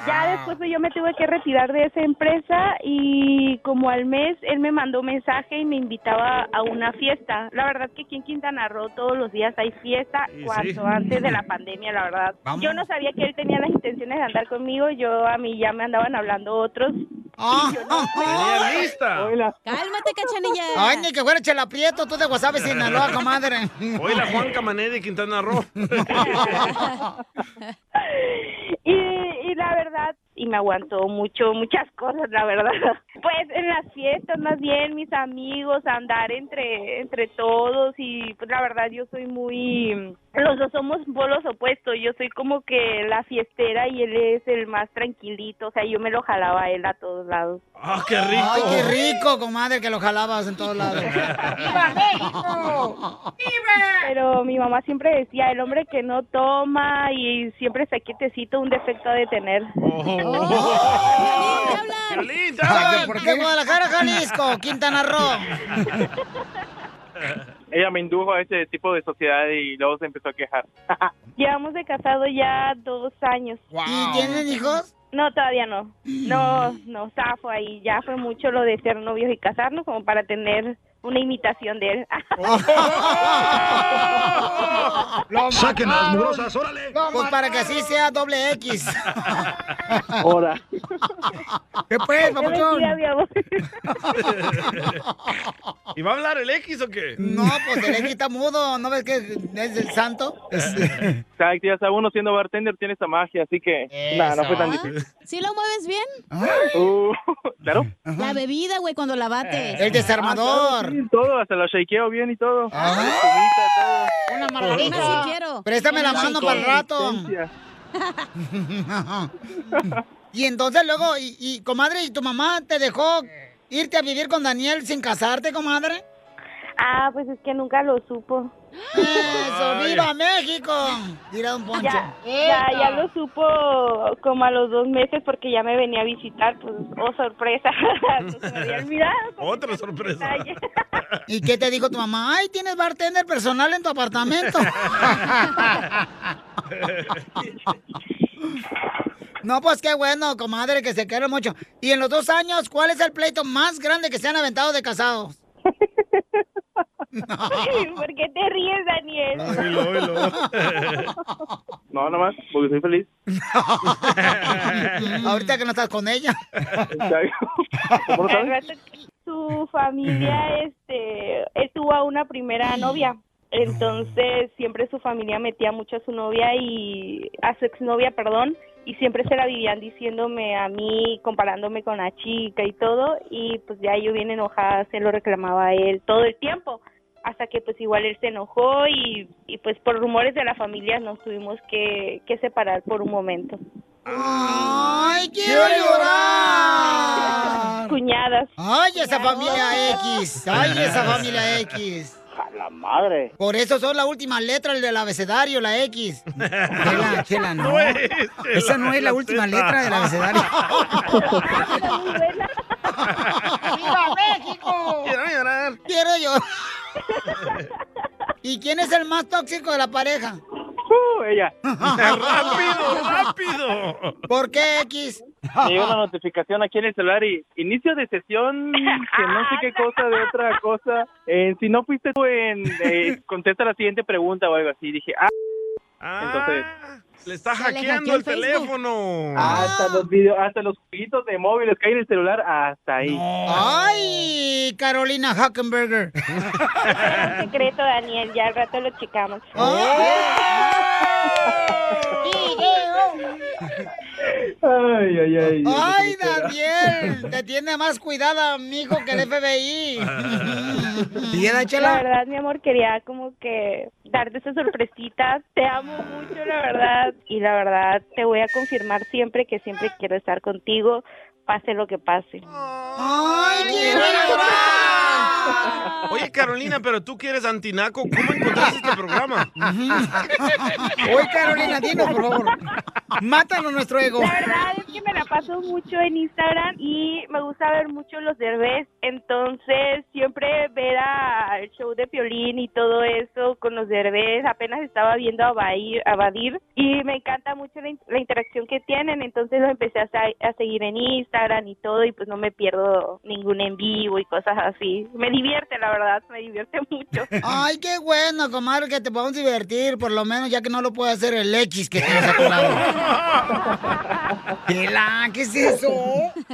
S26: Ya después pues, yo me tuve que retirar de esa empresa y como al mes él me mandó mensaje y me invitaba a una fiesta. La verdad que aquí en Quintana Roo todos los días hay fiesta,
S1: Sí, sí.
S26: cuanto antes de la pandemia, la verdad.
S1: Vamos.
S26: Yo no sabía que él tenía las intenciones de andar conmigo, yo a mí ya me andaban hablando otros
S2: Ah, ah, ah.
S3: Tenía lista.
S4: Cálmate, cachanilla.
S2: Ay, ni que fuera Chelaprieto, tú de Guasave, Sinaloa, comadre.
S3: Hola, Juan Camané de Quintana Roo.
S26: Y, y la verdad, y me aguantó mucho, muchas cosas, la verdad. Pues en las fiestas, más bien, mis amigos, andar entre, entre todos y pues la verdad yo soy muy... Los dos somos polos opuestos, yo soy como que la fiestera y él es el más tranquilito, o sea, yo me lo jalaba a él a todos lados.
S3: ¡Ah, qué rico!
S2: Ay, qué rico, comadre, que lo jalabas en todos lados.
S26: Pero mi mamá siempre decía, el hombre que no toma y siempre está quietecito, un defecto ha de tener.
S2: Oh. ¿Para qué? ¿Por qué? De Guadalajara, Jalisco, Quintana Roo.
S24: Ella me indujo a ese tipo de sociedad y luego se empezó a quejar.
S26: Llevamos de casado ya dos años.
S2: ¿Y tienen hijos?
S26: No, todavía no. No, no, zafo ahí. Ya fue mucho lo de ser novios y casarnos como para tener una imitación de él.
S2: Saquen las mugrosas, órale. Pues para que así sea doble X.
S24: Ahora.
S2: ¿Qué pues,
S26: Yo le
S2: papuchón?
S26: decía, mi amor,
S3: ¿Y va a hablar el X o qué?
S2: No, pues el X está mudo, ¿no ves que es el santo?
S24: Cada que ya sabe uno siendo bartender tiene esa magia, así que nada, no fue tan difícil.
S4: ¿Sí lo mueves bien?
S24: Uh, claro.
S4: La bebida, güey, cuando la bates.
S2: El
S24: Ah, claro,
S2: desarmador.
S24: sí, todo, hasta lo shakeo bien y todo.
S2: Una
S4: Más
S2: margarita.
S4: si quiero.
S2: Préstame la
S4: Más si
S2: mano para el
S4: quiero.
S2: rato. y entonces luego, y, y, comadre, ¿y tu mamá te dejó irte a vivir con Daniel sin casarte, comadre?
S26: Ah, pues es que nunca lo supo.
S2: ¡Eso! ¡Viva México! Dirá Don Poncho.
S26: Ya, ya, ya lo supo como a los dos meses porque ya me venía a visitar, pues, oh, sorpresa. Pues, me había olvidado.
S3: Otra sorpresa.
S2: ¿Y qué te dijo tu mamá? ¡Ay, tienes bartender personal en tu apartamento! No, pues qué bueno, comadre, que se quieren mucho. Y en los dos años, ¿cuál es el pleito más grande que se han aventado de casados?
S26: ¿Por qué te ríes, Daniel?
S24: No, nada más, porque soy feliz.
S2: Ahorita que no estás con ella.
S24: ¿Cómo lo
S26: Al
S24: sabes?
S26: rato que Su familia este, él tuvo a una primera novia. Entonces, siempre su familia metía mucho a su novia y a su exnovia, perdón, y siempre se la vivían diciéndome a mí, comparándome con la chica y todo, y pues ya yo bien enojada se lo reclamaba a él todo el tiempo, hasta que pues igual él se enojó y, y pues por rumores de la familia nos tuvimos que, que separar por un momento.
S2: ¡Ay, quiero llorar!
S26: Cuñadas.
S2: ¡Ay, esa familia X! ¡Ay, esa familia X!
S24: A la madre.
S2: Por eso son la última letra del abecedario, la X. Chela, chela, no.
S3: No es,
S2: Esa no es la última letra del abecedario.
S13: ¡Viva México!
S3: Quiero llorar.
S2: Quiero llorar. ¿Y quién es el más tóxico de la pareja?
S24: Uh, ella.
S3: ¡Rápido, rápido!
S2: ¿Por qué X?
S24: Me llegó una notificación aquí en el celular y inicio de sesión, que no sé qué cosa de otra cosa. Eh, si no fuiste tú en... eh, contesta la siguiente pregunta o algo así. Dije, ah, entonces...
S3: Ah, le está
S4: Se le
S3: hackeando
S4: hackeó
S3: el
S4: el Facebook.
S3: teléfono.
S2: Ah.
S24: Hasta los videos, hasta los juguitos de móviles que hay en el celular, hasta ahí.
S2: ¡Ay, Carolina Hackenberger!
S26: Era un secreto, Daniel, ya al rato lo checamos.
S24: Ay, ay, ay.
S2: ¡Ay, Daniel! Te tiene más cuidada, mijo, que el FBI. ¿Y era
S26: La
S2: chela?
S26: verdad, mi amor, quería como que darte esa sorpresita. Te amo mucho, la verdad. Y la verdad, te voy a confirmar siempre que siempre quiero estar contigo, pase lo que pase.
S2: ¡Ay, quiero llorar!
S3: Oye, Carolina, pero tú que eres antinaco, ¿cómo encontraste este programa?
S2: Oye, Carolina, dinos, por favor. Mátanos nuestro ego.
S26: La verdad es que me la paso mucho en Instagram y me gusta ver mucho los derbés. Entonces, siempre ver a- al show de Piolín y todo eso con los derbés. Apenas estaba viendo a, Bahí- a Badir y me encanta mucho la, in- la interacción que tienen. Entonces, lo empecé a, sa- a seguir en Instagram y todo. Y pues no me pierdo ningún en vivo y cosas así. Me divierte, la verdad, me divierte mucho.
S2: Ay, qué bueno, comadre, que te podamos divertir, por lo menos, ya que no lo puede hacer el X que tienes a tu lado. Qué Chela, ¿qué es eso?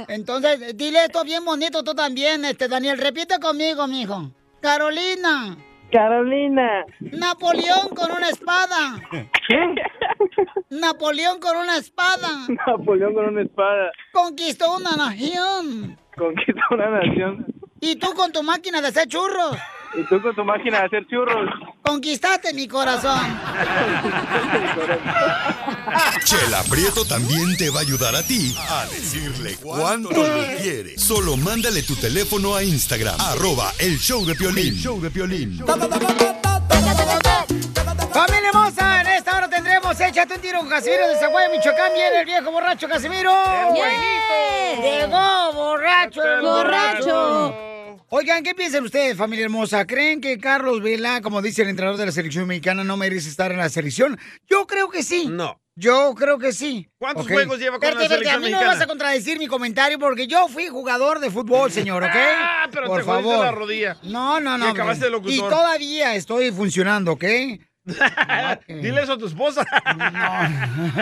S1: Entonces, dile esto bien bonito tú también, este Daniel. Repite conmigo, mijo. Carolina.
S26: Carolina.
S1: Napoleón con una espada.
S26: ¿Qué?
S1: Napoleón con una espada.
S23: Napoleón con una espada
S1: Conquistó una nación.
S23: conquistó una nación.
S1: Y tú con tu máquina de hacer churros.
S23: Y tú con tu máquina de hacer churros.
S1: Conquistaste mi corazón.
S5: Chela Prieto también te va a ayudar a ti a decirle cuánto le quieres. Solo mándale tu teléfono a Instagram, arroba el show de Piolín. show de Piolín.
S2: ¡Familia hermosa! En esta hora tendremos Échate un tiro con Casimiro de Zaguayo, Michoacán. Viene el viejo borracho Casimiro.
S1: buenito!
S2: ¡Llegó borracho! el
S1: Borracho.
S2: Oigan, ¿qué piensan ustedes, familia hermosa? ¿Creen que Carlos Vela, como dice el entrenador de la selección mexicana, no merece estar en la selección? Yo creo que sí.
S3: No.
S2: Yo creo que sí.
S3: ¿Cuántos
S2: Ok.
S3: juegos lleva con la
S2: Espérate, espérate,
S3: selección
S2: A mí no
S3: mexicana?
S2: vas a contradecir mi comentario porque yo fui jugador de fútbol, señor, ¿ok?
S3: Ah, pero
S2: Por
S3: te jodiste
S2: favor.
S3: la rodilla.
S2: No, no,
S3: Y
S2: no.
S3: acabaste de
S2: hombre. Y
S3: locutor.
S2: todavía estoy funcionando, ¿ok? Dile
S3: eso a tu esposa.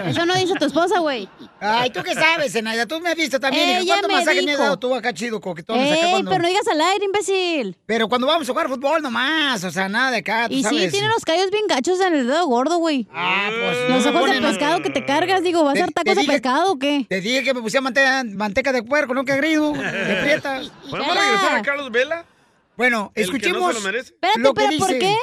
S4: Eso no dice tu esposa, güey.
S2: Ay, ¿tú qué sabes, Zenaida? Tú me has visto también. hija.
S4: Ella
S2: ¿Cuánto
S4: me
S2: masaje
S4: dijo.
S2: me has dado tú acá chido, coquetón?
S4: Ey,
S2: acá cuando-
S4: pero no digas al aire, imbécil.
S2: Pero cuando vamos a jugar fútbol nomás, o sea, nada de acá, tú
S4: Y sí,
S2: sabes.
S4: tiene los callos bien gachos en el dedo gordo, güey.
S2: Ah, pues.
S4: Los
S2: no
S4: ojos de
S2: ponen-
S4: pescado que te cargas, digo, ¿vas a
S2: Te-
S4: hacer
S2: te
S4: tacos de
S2: dije-
S4: pescado o qué?
S2: Te dije que me pusiera manteca, manteca de puerco, no que grido, de prietas.
S3: ¿Podemos regresar a Carlos Vela?
S2: Bueno,
S3: El que no se
S2: escuchemos
S3: lo merece.
S4: Espérate,
S2: lo que
S4: pero ¿por
S2: dice.
S4: qué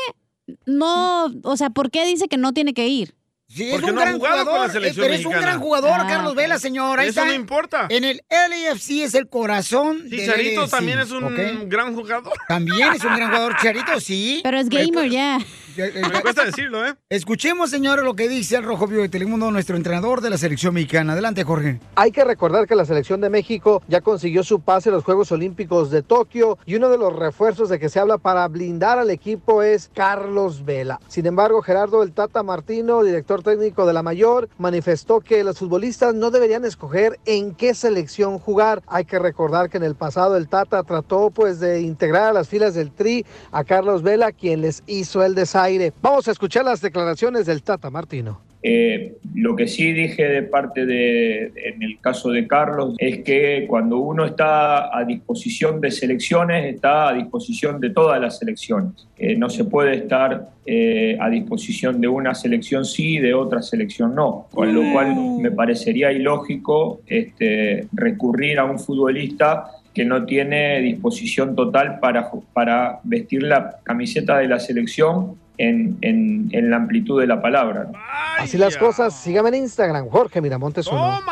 S4: no? O sea, ¿por qué dice que no tiene que ir?
S2: Sí,
S3: Porque no ha jugado con la selección
S2: eh, pero es un
S3: mexicana.
S2: gran jugador,
S4: Ah,
S2: Carlos
S4: ok.
S2: Vela, señor. Ahí
S3: Eso
S2: está.
S3: no importa.
S2: En el LAFC es el corazón. del
S3: Chicharito
S2: LAFC,
S3: también es un
S2: ¿ok?
S3: gran jugador.
S2: También es un gran jugador, Chicharito, sí.
S4: Pero es gamer ya.
S3: Me cuesta decirlo, ¿eh?
S2: Escuchemos, señor, lo que dice el Rojo Vivo de Telemundo, nuestro entrenador de la selección mexicana. Adelante, Jorge.
S6: Hay que recordar que la selección de México ya consiguió su pase a los Juegos Olímpicos de Tokio y uno de los refuerzos de que se habla para blindar al equipo es Carlos Vela. Sin embargo, Gerardo el Tata Martino, director técnico de la Mayor, manifestó que los futbolistas no deberían escoger en qué selección jugar. Hay que recordar que en el pasado el Tata trató pues de integrar a las filas del Tri a Carlos Vela, quien les hizo el desaire. Vamos a escuchar las declaraciones del Tata Martino.
S7: Eh, lo que sí dije de parte de, en el caso de Carlos, es que cuando uno está a disposición de selecciones, está a disposición de todas las selecciones. Eh, no se puede estar eh, a disposición de una selección sí y de otra selección no. Con lo cual me parecería ilógico este, recurrir a un futbolista que no tiene disposición total para, ju- para vestir la camiseta de la selección en, en- en la amplitud de la palabra. ¿no?
S6: Así las cosas, síganme en Instagram, Jorge Miramontes uno.
S2: No,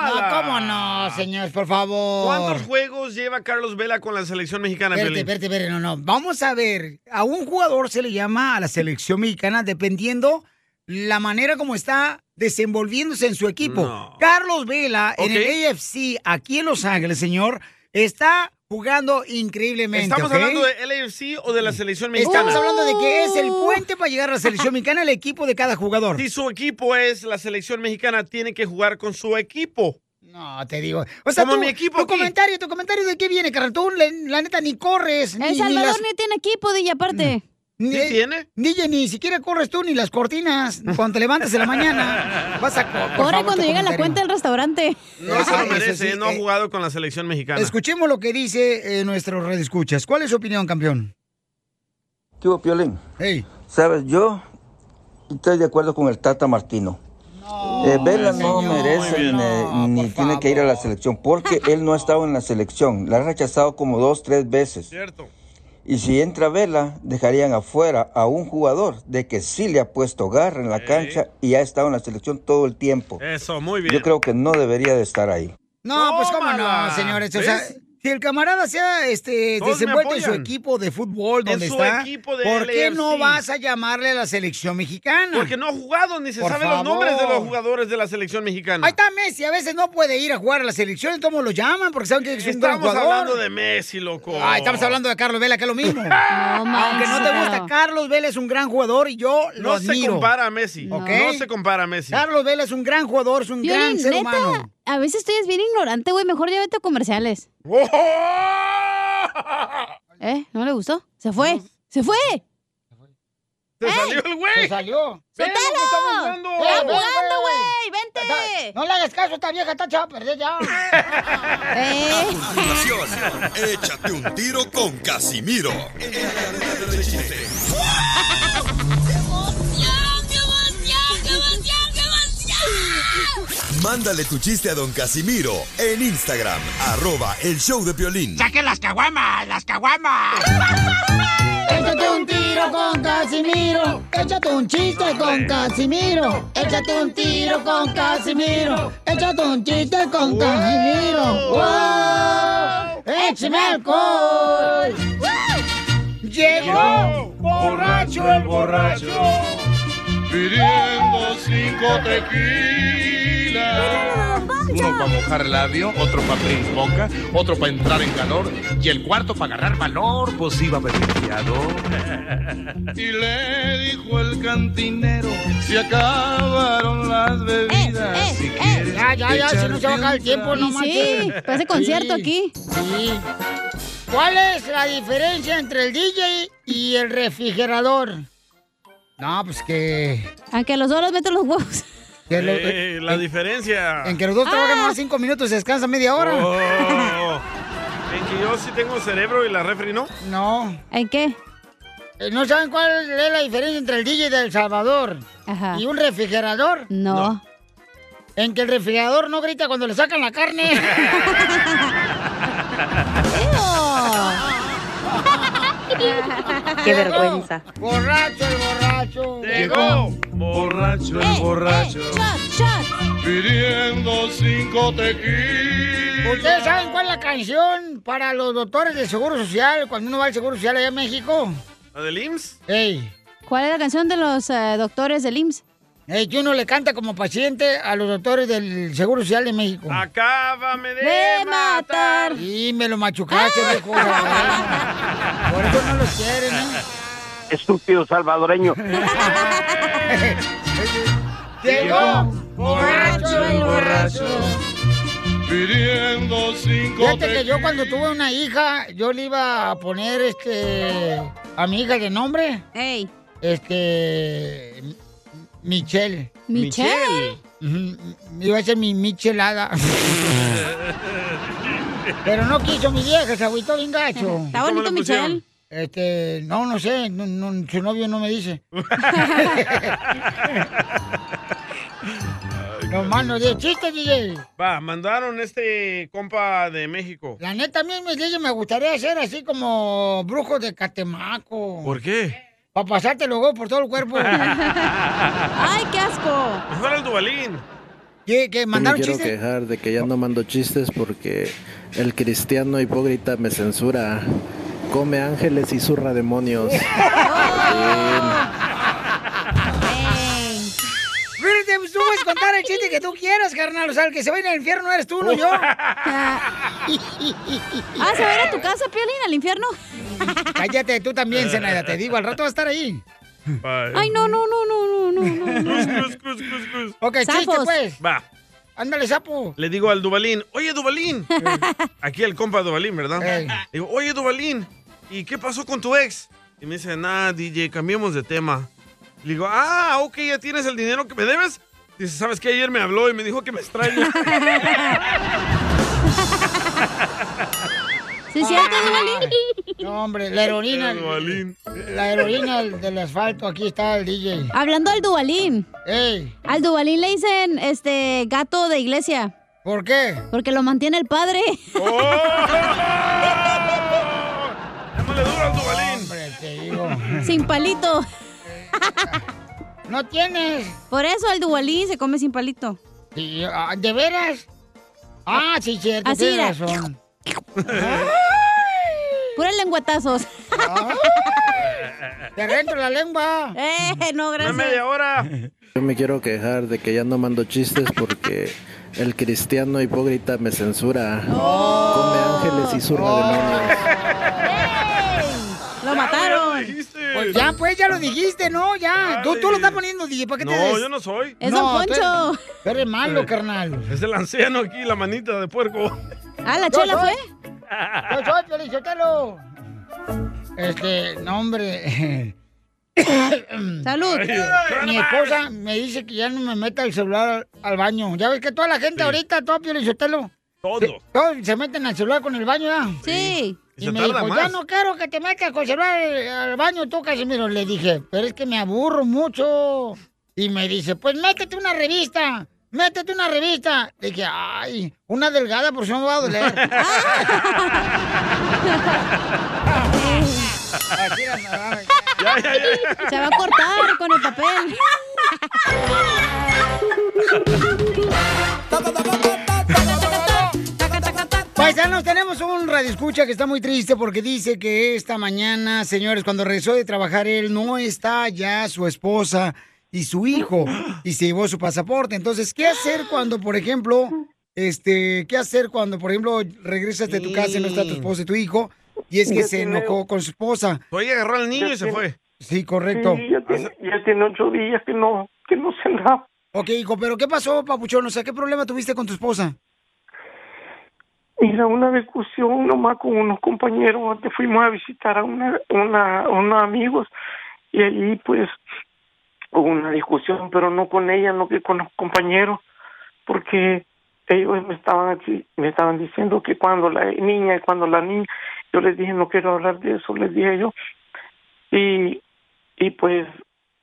S2: cómo no, señor, por favor.
S3: ¿Cuántos juegos lleva Carlos Vela con la selección mexicana,
S2: Oh. Espérate,
S3: Piolín?
S2: espérate, espérate, no, no. Vamos a ver. A un jugador se le llama a la selección mexicana dependiendo la manera como está desenvolviéndose en su equipo.
S3: No.
S2: Carlos Vela en
S3: Ok.
S2: el AFC aquí en Los Ángeles, señor, está jugando increíblemente.
S3: ¿Estamos
S2: ¿ok?
S3: hablando de LAFC o de la selección mexicana? Oh.
S2: Estamos hablando de que es el puente para llegar a la selección mexicana, el equipo de cada jugador.
S3: Si su equipo es la selección mexicana, tiene que jugar con su equipo.
S2: No, te digo. O sea,
S3: Como
S2: tú-
S3: mi equipo
S2: tu
S3: aquí.
S2: comentario, tu comentario de qué viene, carnal. Tú, la, la neta, ni corres.
S4: El Salvador ni tiene equipo, DJ, aparte.
S2: ¿Qué tiene? eh, DJ, ni siquiera corres tú ni las cortinas. Cuando te levantas en la mañana, vas a co- por
S4: Corre
S2: favor,
S4: cuando
S2: tu
S4: llega la
S2: comentario.
S4: cuenta del restaurante.
S3: No se
S2: Ah,
S3: lo
S2: eso
S3: merece,
S2: sí,
S3: no ha
S2: eh.
S3: jugado con la selección mexicana.
S2: Escuchemos lo que dice eh, nuestro red escuchas. ¿Cuál es su opinión, campeón?
S16: ¿Qué hubo, Piolín? Sabes, yo estoy de acuerdo con el Tata Martino. Eh, Vela no merece eh, ni tiene que ir a la selección porque él no ha estado en la selección. La han rechazado como dos, tres veces. Y si entra Vela, dejarían afuera a un jugador de que sí le ha puesto garra en la cancha y ha estado en la selección todo el tiempo.
S3: Eso, muy bien.
S16: Yo creo que no debería de estar ahí.
S2: No, pues cómo no, señores. O sea,
S16: ¿Ves?
S2: si el camarada sea este
S16: Todos me
S2: desenvuelto en su
S16: apoyan.
S2: equipo de fútbol
S3: En
S2: donde
S3: su
S2: está,
S3: equipo de
S2: ¿por qué
S3: LAFC?
S2: no vas a llamarle a la selección mexicana?
S3: Porque no ha jugado ni se
S2: Por
S3: sabe los
S2: favor.
S3: nombres de los jugadores de la selección mexicana.
S2: Ahí está Messi, a veces no puede ir a jugar a la selección, entonces lo llaman porque saben que es un gran
S3: Estamos
S2: jugador.
S3: hablando de Messi, loco. Ah,
S2: Ah, estamos hablando de Carlos Vela, que es lo mismo. Aunque no te gusta, Carlos Vela es un gran jugador y yo lo
S3: No se
S2: admiro.
S3: compara a Messi.
S2: ¿Ok?
S3: No se compara a Messi.
S2: Carlos Vela es un gran jugador, es un
S4: Piolín,
S2: gran ser
S4: neta,
S2: humano.
S4: a veces tú eres bien ignorante, güey. Mejor llévate a comerciales.
S2: ¡Oh!
S4: ¿Eh? ¿No le gustó? ¿Se fue? ¿Se fue?
S3: ¡Se salió el güey!
S2: ¡Se salió!
S4: ¡Sotelo!
S3: ¡Estamos
S4: ¡Estamos jugando, güey! ¡Vente!
S2: No le hagas caso, esta vieja está echada a perder ya.
S5: A continuación, échate un tiro con Casimiro. Mándale tu chiste a don Casimiro en Instagram, arroba el show de Piolín.
S28: ¡Saquen las caguamas! ¡Las caguamas!
S1: Échate un tiro con Casimiro. Échate un chiste con Casimiro. Échate un tiro con Casimiro. Échate un chiste con Casimiro. ¡Wow! ¡Échame alcohol!
S2: Llegó borracho el borracho.
S18: Pidiendo cinco tequilas. Uno para mojar el labio, otro para abrir boca, otro para entrar en calor y el cuarto para agarrar valor, pues iba beneficiado.
S11: Y le dijo el cantinero, se acabaron las
S18: Eh,
S11: bebidas. si quieres
S2: Ya, ya, ya, si no se va a acabar el tiempo, no
S4: Y
S2: manches.
S4: sí, parece concierto aquí.
S2: Sí. ¿Cuál es la diferencia entre el DJ y el refrigerador? No, pues que.
S4: Aunque los dos los meten los huevos.
S2: que lo-
S3: Eh, la diferencia. Ah.
S2: en que los dos trabajan más cinco minutos y descansan media hora.
S3: Oh, en que yo sí tengo cerebro y la refri no.
S2: No. Eh,
S4: ¿En qué?
S2: ¿No saben cuál es la diferencia entre el DJ de El Salvador y un refrigerador?
S4: No.
S2: En que el refrigerador no grita cuando le sacan la carne.
S29: Qué vergüenza.
S2: Borracho el borracho.
S18: Llegó borracho el borracho, pidiendo cinco tequilas.
S2: ¿Ustedes saben cuál es la canción para los doctores del Seguro Social cuando uno va al Seguro Social allá en México?
S3: ¿La del IMSS?
S2: Ey.
S4: ¿Cuál es la canción de los eh, doctores del IMSS?
S2: Ey, que uno le canta como paciente a los doctores del Seguro Social de México.
S3: Acábame de, matar.
S2: Y me lo machucaste, viejo. Por eso no los quieren, ¿eh?
S24: Estúpido salvadoreño.
S2: Llegó
S11: borracho el borracho, pidiendo cinco
S2: Fíjate que
S11: tequilas.
S2: yo cuando tuve una hija, yo le iba a poner este a mi hija de nombre. Este M- Michelle.
S4: ¿Michelle?
S2: Ujú, m- Iba a ser mi Michelada. Pero no quiso mi vieja, se agüitó bien gacho.
S4: Está bonito, ¿Cómo le pusieron? Michelle.
S2: Este, no, no sé, no- no, su novio no me dice. no más no de chiste, DJ.
S3: Va, mandaron este compa de México.
S2: La neta, a mí me dice, me gustaría ser así como brujo de Catemaco.
S3: ¿Por qué?
S2: Para pasarte luego por todo el cuerpo.
S3: ¡Ay,
S4: qué asco!
S3: Mejor el Dubalín.
S2: ¿Qué, qué?
S30: Yo me
S2: ¿Mandaron
S30: quiero
S2: chistes?
S30: quejar de que ya no mando chistes porque el cristiano hipócrita me censura. Come ángeles y zurra demonios.
S2: Pero te- tú puedes contar el chiste que tú quieras, carnal. O sea, el que se va a ir al infierno eres tú, no yo.
S4: Ah, ¿se va a ir a tu casa, Piolín, al infierno?
S2: Cállate, tú también, Zenaida. Te digo, al rato va a estar ahí.
S4: Ay, no, no, no, no, no, no, no.
S2: Ok, chiste,
S4: Sapos.
S2: pues.
S3: Va.
S2: Ándale, sapo.
S3: Le digo al Dubalín, oye Dubalín. Aquí el compa Dubalín, ¿verdad? Digo, oye Dubalín, ¿y qué pasó con tu ex? Y me dice, nada, DJ, cambiemos de tema. Le digo, ah, ok, ya tienes el dinero que me debes. Dice, ¿sabes qué? Ayer me habló y me dijo que me extraña.
S4: ¿Sí es cierto, Dubalín?
S2: No, hombre, la heroína.
S4: El
S2: La heroína del asfalto. Aquí está el DJ.
S4: Hablando al Dubalín. Al Dubalín le dicen este gato de iglesia.
S2: ¿Por qué?
S4: Porque lo mantiene el padre. Sin palito.
S2: No tienes.
S4: Por eso el Dubalín se come sin palito.
S2: Sí, ah, ¿De veras? Ah, sí, cierto.
S4: Así
S2: tienes
S4: era.
S2: razón.
S4: Puros lenguatazos.
S2: Ah, Te rento la lengua.
S4: Eh, no, gracias.
S3: hora.
S30: Yo me quiero quejar de que ya no mando chistes porque el cristiano hipócrita me censura. Come ángeles y
S2: Oh.
S30: zurra demonios.
S4: Lo mataron.
S2: Pues ya, pues, ya lo dijiste, ¿no? Ya. Tú, tú lo estás poniendo, DJ. ¿Para qué te
S3: No,
S2: des-
S3: yo no soy.
S2: Es Don No, tú eres- Poncho. tú eres malo,
S3: Eh,
S2: carnal.
S3: Es el anciano aquí, la manita de puerco.
S4: Ah,
S2: la chela fue. Yo soy Piolín Sotelo. Este, no, hombre.
S4: Salud.
S2: Mi esposa me dice que ya no me meta el celular al baño. Ya ves que toda la gente ahorita, todo Piolichotelo.
S3: Todo.
S2: Todos se meten al celular con el baño ya. Sí.
S3: Y
S2: Y,
S3: se
S2: me
S3: tarda
S2: dijo,
S3: más.
S2: ya no quiero que te metas con el celular al al baño tú, Casimiro. Le dije, pero es que me aburro mucho. Y me dice, pues métete una revista. Métete una revista. Le dije, ay, una delgada por si no me va a doler.
S4: Se va a cortar con el papel.
S2: Paisanos, tenemos un radioescucha que está muy triste porque dice que esta mañana, señores, cuando regresó de trabajar él, no está ya su esposa y su hijo y se llevó su pasaporte. Entonces, ¿qué hacer cuando, por ejemplo, este, qué hacer cuando, por ejemplo, regresas de tu casa y no está tu esposa y tu hijo? Y es que
S3: Ya
S2: se
S3: tiene-
S2: enojó con su esposa.
S3: Oye, agarró al niño y se fue.
S2: Sí, correcto.
S3: Sí,
S2: ya, tiene, ocho días que no, que no se nada. Ok, hijo, pero ¿qué pasó, papuchón? O sea, ¿qué problema tuviste con tu esposa?
S14: Mira, una discusión nomás con unos compañeros antes fuimos a visitar a una, una, unos amigos y allí pues hubo una discusión, pero no con ella, no que con los compañeros, porque ellos me estaban aquí- me estaban diciendo que cuando la niña y cuando la niña, yo les dije no quiero hablar de eso, les dije yo y y pues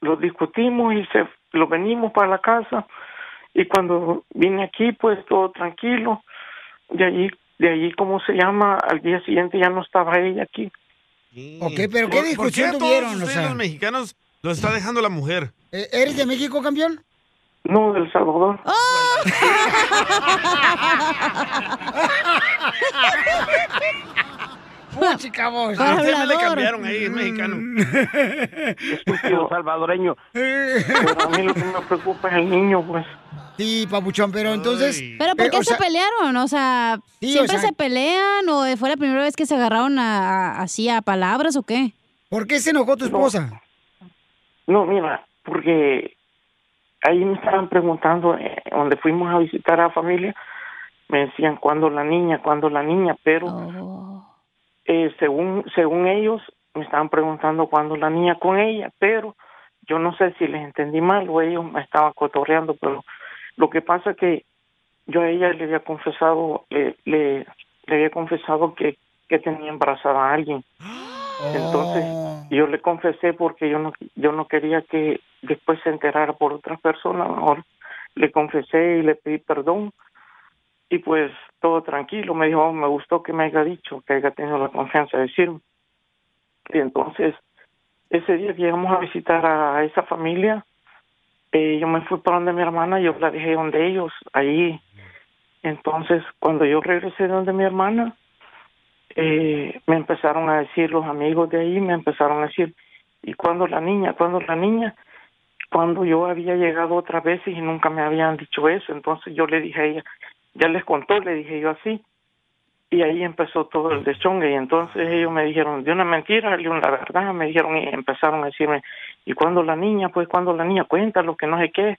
S14: lo discutimos y se lo venimos para la casa y cuando vine aquí pues todo tranquilo de allí de allí cómo se llama al día siguiente ya no estaba ella aquí
S2: Ok, pero ¿qué
S3: ¿Por-
S2: discusión
S3: ¿Por qué a
S2: tuvieron?
S3: Todos
S2: O
S3: ustedes,
S2: sea.
S3: los mexicanos lo está dejando la mujer.
S2: Eh, ¿Eres de México, campeón?
S14: no del Salvador
S4: ¡Oh!
S2: Puchi, cabrón.
S3: A usted me le cambiaron ahí, es mexicano.
S2: Mm.
S14: estúpido salvadoreño
S2: Eh.
S14: pero a mí lo que me preocupa es el niño pues
S2: sí papuchón pero entonces
S4: Pues,
S2: eh,
S4: ¿Pero por qué se pelearon? O sea,
S14: Sí, o
S4: ¿siempre
S14: sea-
S4: se pelean o fue la primera vez que se agarraron a- a- así a palabras o qué?
S2: ¿Por qué se enojó tu esposa?
S14: No, mira, porque ahí me estaban preguntando, eh, donde fuimos a visitar a la familia, me decían, ¿cuándo la niña? ¿Cuándo la niña? Pero eh, según, según ellos, me estaban preguntando cuándo la niña con ella, pero yo no sé si les entendí mal o ellos me estaban cotorreando, pero lo que pasa es que yo a ella le había confesado, le, le, le había confesado que, que tenía embarazada a alguien.
S16: Oh.
S14: Entonces, yo le confesé porque yo no yo no quería que después se enterara por otras personas mejor le confesé y le pedí perdón y pues todo tranquilo me dijo "Oh, me gustó que me haya dicho que haya tenido la confianza de decirme y entonces ese día que llegamos a visitar a esa familia eh, yo me fui para donde mi hermana yo la dejé donde ellos ahí entonces cuando yo regresé donde mi hermana eh, me empezaron a decir los amigos de ahí, me empezaron a decir, ¿y cuándo la niña? ¿Cuándo la niña? Cuando yo había llegado otras veces y nunca me habían dicho eso, entonces yo le dije a ella, ya les contó, le dije yo así, y ahí empezó todo el deschongue, y entonces ellos me dijeron, de una mentira, de una verdad, me dijeron y empezaron a decirme, ¿y cuándo la niña? Pues cuando la niña cuenta lo que no sé qué.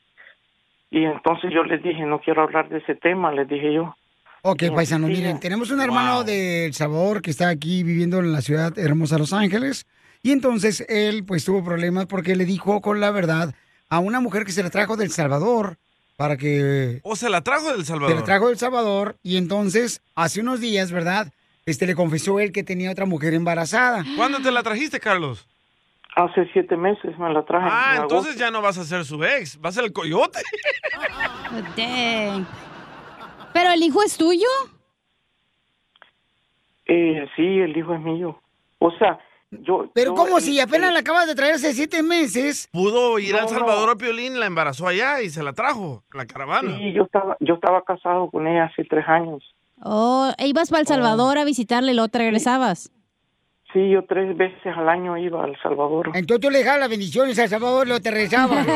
S14: Y entonces yo les dije, no quiero hablar de ese tema, les dije yo.
S2: Ok, paisanos,
S14: sí.
S2: miren, tenemos un hermano de El Salvador que está aquí viviendo en la ciudad hermosa Los Ángeles. Y entonces él, pues, tuvo problemas porque le dijo con la verdad a una mujer que se la trajo del Salvador para que
S3: O se la trajo del
S2: se
S3: Salvador.
S2: la trajo del Salvador. Y entonces, hace unos días, ¿verdad? Este le confesó él que tenía otra mujer embarazada.
S3: ¿Cuándo te la trajiste, Carlos?
S14: Hace siete meses me la
S3: Ah,
S14: traje. en agosto.
S3: entonces ya no vas a ser su ex, vas a ser el coyote.
S4: Pues, Dang. ¿Pero el hijo es tuyo?
S14: Eh, sí, el hijo es mío. O sea, yo.
S2: Pero
S14: yo,
S2: ¿cómo
S14: eh,
S2: si apenas la acabas de traer hace siete meses?
S3: Pudo ir al
S14: No,
S3: Salvador a Piolín, la embarazó allá y se la trajo, la caravana.
S14: Sí, yo estaba, yo estaba casado con ella hace tres años.
S4: ¿O ibas para El Salvador a visitarle y luego te regresabas?
S14: Sí, yo tres veces al año iba al Salvador.
S2: Entonces tú le dejabas las bendiciones al Salvador, lo te rezabas.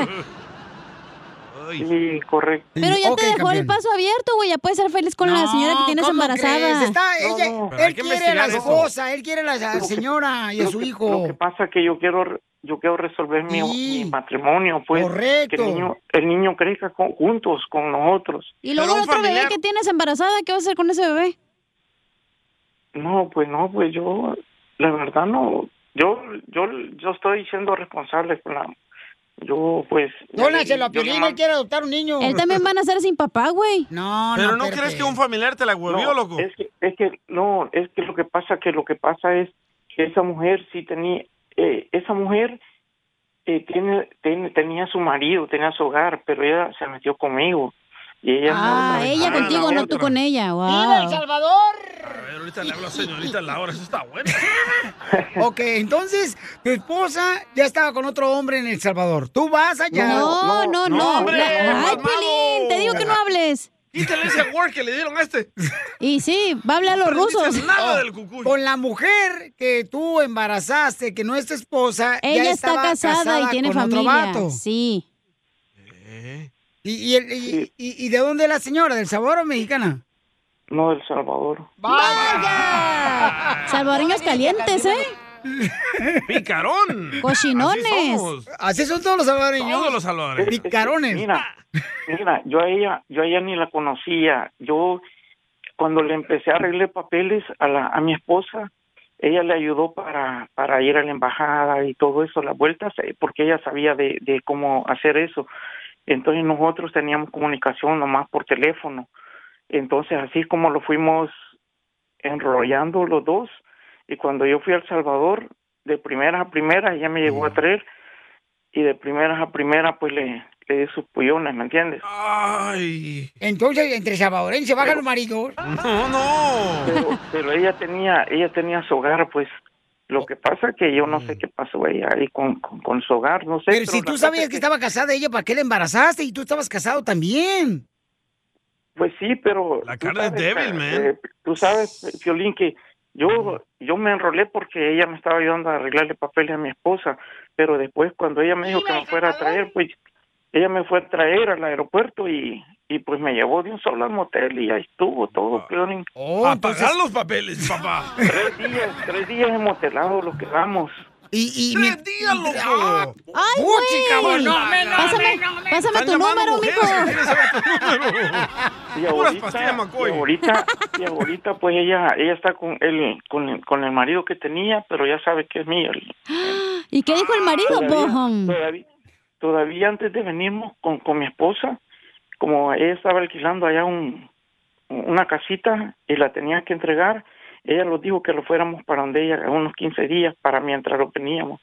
S14: Sí, correcto.
S4: Pero ya te dejó el paso abierto, güey. Ya puedes ser feliz con la señora que tienes
S2: ¿cómo
S4: embarazada.
S2: crees? Está- ella-
S14: Pero hay
S2: él
S14: que
S2: quiere a la
S14: investigar eso.
S2: esposa, él quiere a la señora y a
S14: Lo
S2: su
S14: que-
S2: hijo.
S14: Lo que pasa es que yo quiero re- yo quiero resolver mi, mi matrimonio, pues.
S2: Correcto.
S14: Que el niño, el niño crezca con- juntos con nosotros.
S4: Y luego el otro bebé que tienes embarazada, ¿qué vas a hacer con ese bebé?
S14: No, pues no, pues yo, la verdad no, Yo, yo, yo estoy siendo responsable con la... Yo, pues...
S2: Dónaselo a
S14: yo
S2: Piolín,
S14: nomás-
S2: él quiere adoptar un niño.
S4: Él también van a ser sin papá, güey.
S2: No,
S3: Pero no crees que un familiar te la huevió,
S14: No,
S3: loco.
S14: Es que, es que, no, es que lo que pasa, que lo que pasa es que esa mujer sí tenía, eh, esa mujer eh, tiene, tiene- tenía su marido, tenía su hogar, pero ella se metió conmigo. Y ella
S4: Ah, ella contigo, no tú con ella. Wow.
S2: ¡Viva El Salvador!
S3: A ver, ahorita le hablo a señorita Laura, eso está bueno.
S2: Ok, entonces, tu esposa ya estaba con otro hombre en El Salvador. ¿Tú vas allá?
S4: No, no, no. La- Ay,
S2: mamado.
S4: Pelín, te digo que no hables.
S3: Quítale ese work que le dieron a este.
S4: Y sí, va a hablar a los rusos.
S2: Oh. Con la mujer que tú embarazaste, que no es tu esposa, ya
S4: Ella está
S2: estaba
S4: casada y tiene
S2: con otro
S4: familia,
S2: vato.
S4: Sí.
S2: ¿Y, y el- y- y- y de dónde es la señora? ¿Del sabor o mexicana?
S14: No, El Salvador.
S4: ¡Vaya! Salvadoreños calientes, ¿eh?
S3: ¡Picarón!
S4: Cochinones.
S3: Así somos.
S2: Así son todos los salvadoreños.
S3: Todos los salvadoreños.
S2: Picarones.
S14: Mira, mira, yo a ella, yo a ella ni la conocía. Yo cuando le empecé a arreglar papeles a la, a mi esposa, ella le ayudó para, para ir a la embajada y todo eso, las vueltas, eh, porque ella sabía de, de cómo hacer eso. Entonces nosotros teníamos comunicación nomás por teléfono. Entonces así como lo fuimos enrollando los dos, y cuando yo fui a El Salvador, de primeras a primeras, ella me llegó a traer, y de primeras a primeras pues le, le di sus pullones, ¿me entiendes?
S3: Ay.
S2: Entonces, entre salvadoreños se bajan los maridos.
S3: No, no.
S14: Pero, pero ella tenía, ella tenía su hogar, pues. Lo que pasa que yo no sé qué pasó ella ahí con, con, con su hogar, no sé.
S2: Pero si
S14: la
S2: tú
S14: cosa
S2: sabías
S14: es
S2: que estaba casada ella, ¿para qué la embarazaste? Y tú estabas casado también.
S14: Pues sí, pero...
S3: La
S14: tú
S3: carne es
S14: sabes,
S3: débil, man.
S14: eh, tú sabes, Fiolín, que yo, yo me enrolé porque ella me estaba ayudando a arreglarle papeles a mi esposa, pero después cuando ella me dijo que me fuera a traer, pues ella me fue a traer al aeropuerto y, y pues me llevó de un solo al motel y ahí estuvo todo, Fiolín.
S3: Ah. a pagar los papeles, papá.
S14: Tres días, tres días hemotelados los quedamos.
S2: Y,
S3: ¡Tres días, loco!
S4: ¡Ay, güey! Pásame, pásame tu número, mijo.
S14: Y
S3: Puras
S14: ahorita,
S3: pastillas Macoy.
S14: y ahorita, y ahorita, pues ella, ella está con el, con el, con el marido que tenía, pero ya sabe que es mío.
S4: ¿Y qué dijo el marido, Bohom?
S14: todavía, todavía antes de venirnos con, con mi esposa, como ella estaba alquilando allá un, una casita y la tenía que entregar, ella nos dijo que lo fuéramos para donde ella, unos 15 días, para mientras lo veníamos.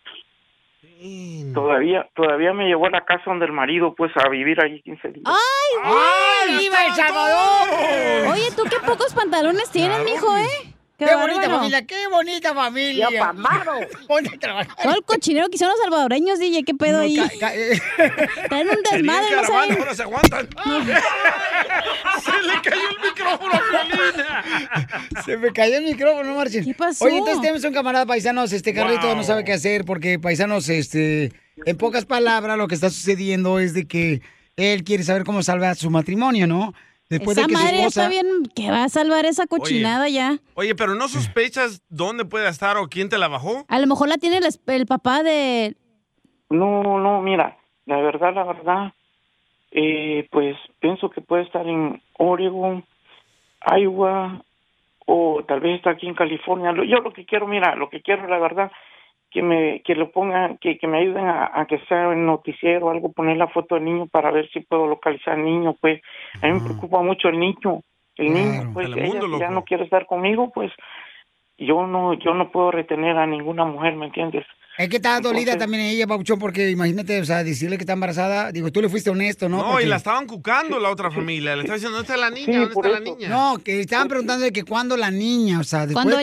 S14: Todavía, todavía me llevó a la casa donde el marido, pues, a vivir ahí 15 días.
S4: ¡Ay, güey!
S2: ¡Viva El Salvador!
S4: Oye, tú qué pocos pantalones tienes, mijo, ¿eh?
S2: Qué, bonita
S4: bárbaro.
S2: familia, qué bonita familia.
S4: Yo pa' amado.
S2: Ponte a trabajar.
S4: Todo el cochinero que hicieron los salvadoreños, DJ, ¿qué pedo ahí?
S2: eh.
S4: Traen un desmadre, no saben.
S3: se aguantan. Se le cayó el micrófono a
S2: Se me cayó el micrófono, Marcin. ¿Qué
S4: pasó?
S2: Oye, entonces tenemos un camarada paisanos, este Carlito
S4: Wow.
S2: no sabe qué hacer porque paisanos, este, en pocas palabras lo que está sucediendo es de que él quiere saber cómo salvar su matrimonio, ¿no? Después
S4: Esa
S2: de que
S4: madre
S2: su esposa...
S4: está bien que va a salvar esa cochinada ya.
S3: Oye, pero ¿no sospechas dónde puede estar o quién te la bajó?
S4: A lo mejor la tiene el, es- el papá de...
S14: No, no, mira, la verdad, la verdad, eh, pues pienso que puede estar en Oregon, Iowa, o tal vez está aquí en California. Lo- Yo lo que quiero, mira, lo que quiero, la verdad, que me que lo pongan, que, que me ayuden a, a que sea en noticiero o algo, poner la foto del niño para ver si puedo localizar al niño, pues. A mí me preocupa mucho el niño, el niño, pues, ella
S3: Telemundo,
S14: si ya
S3: loco.
S14: no quiere estar conmigo, pues, yo no, yo no puedo retener a ninguna mujer, ¿me entiendes?
S2: Es que está dolida
S14: Entonces-
S2: también ella, Pauchón, porque imagínate, o sea, decirle que está embarazada, digo, tú le fuiste honesto, ¿no?
S3: No,
S2: Porque-
S3: y la estaban cucando la otra familia. Le estaban diciendo, ¿dónde está la niña? ¿Dónde está la niña?
S2: No, que estaban preguntando de que cuándo la niña, o sea, después de
S3: Por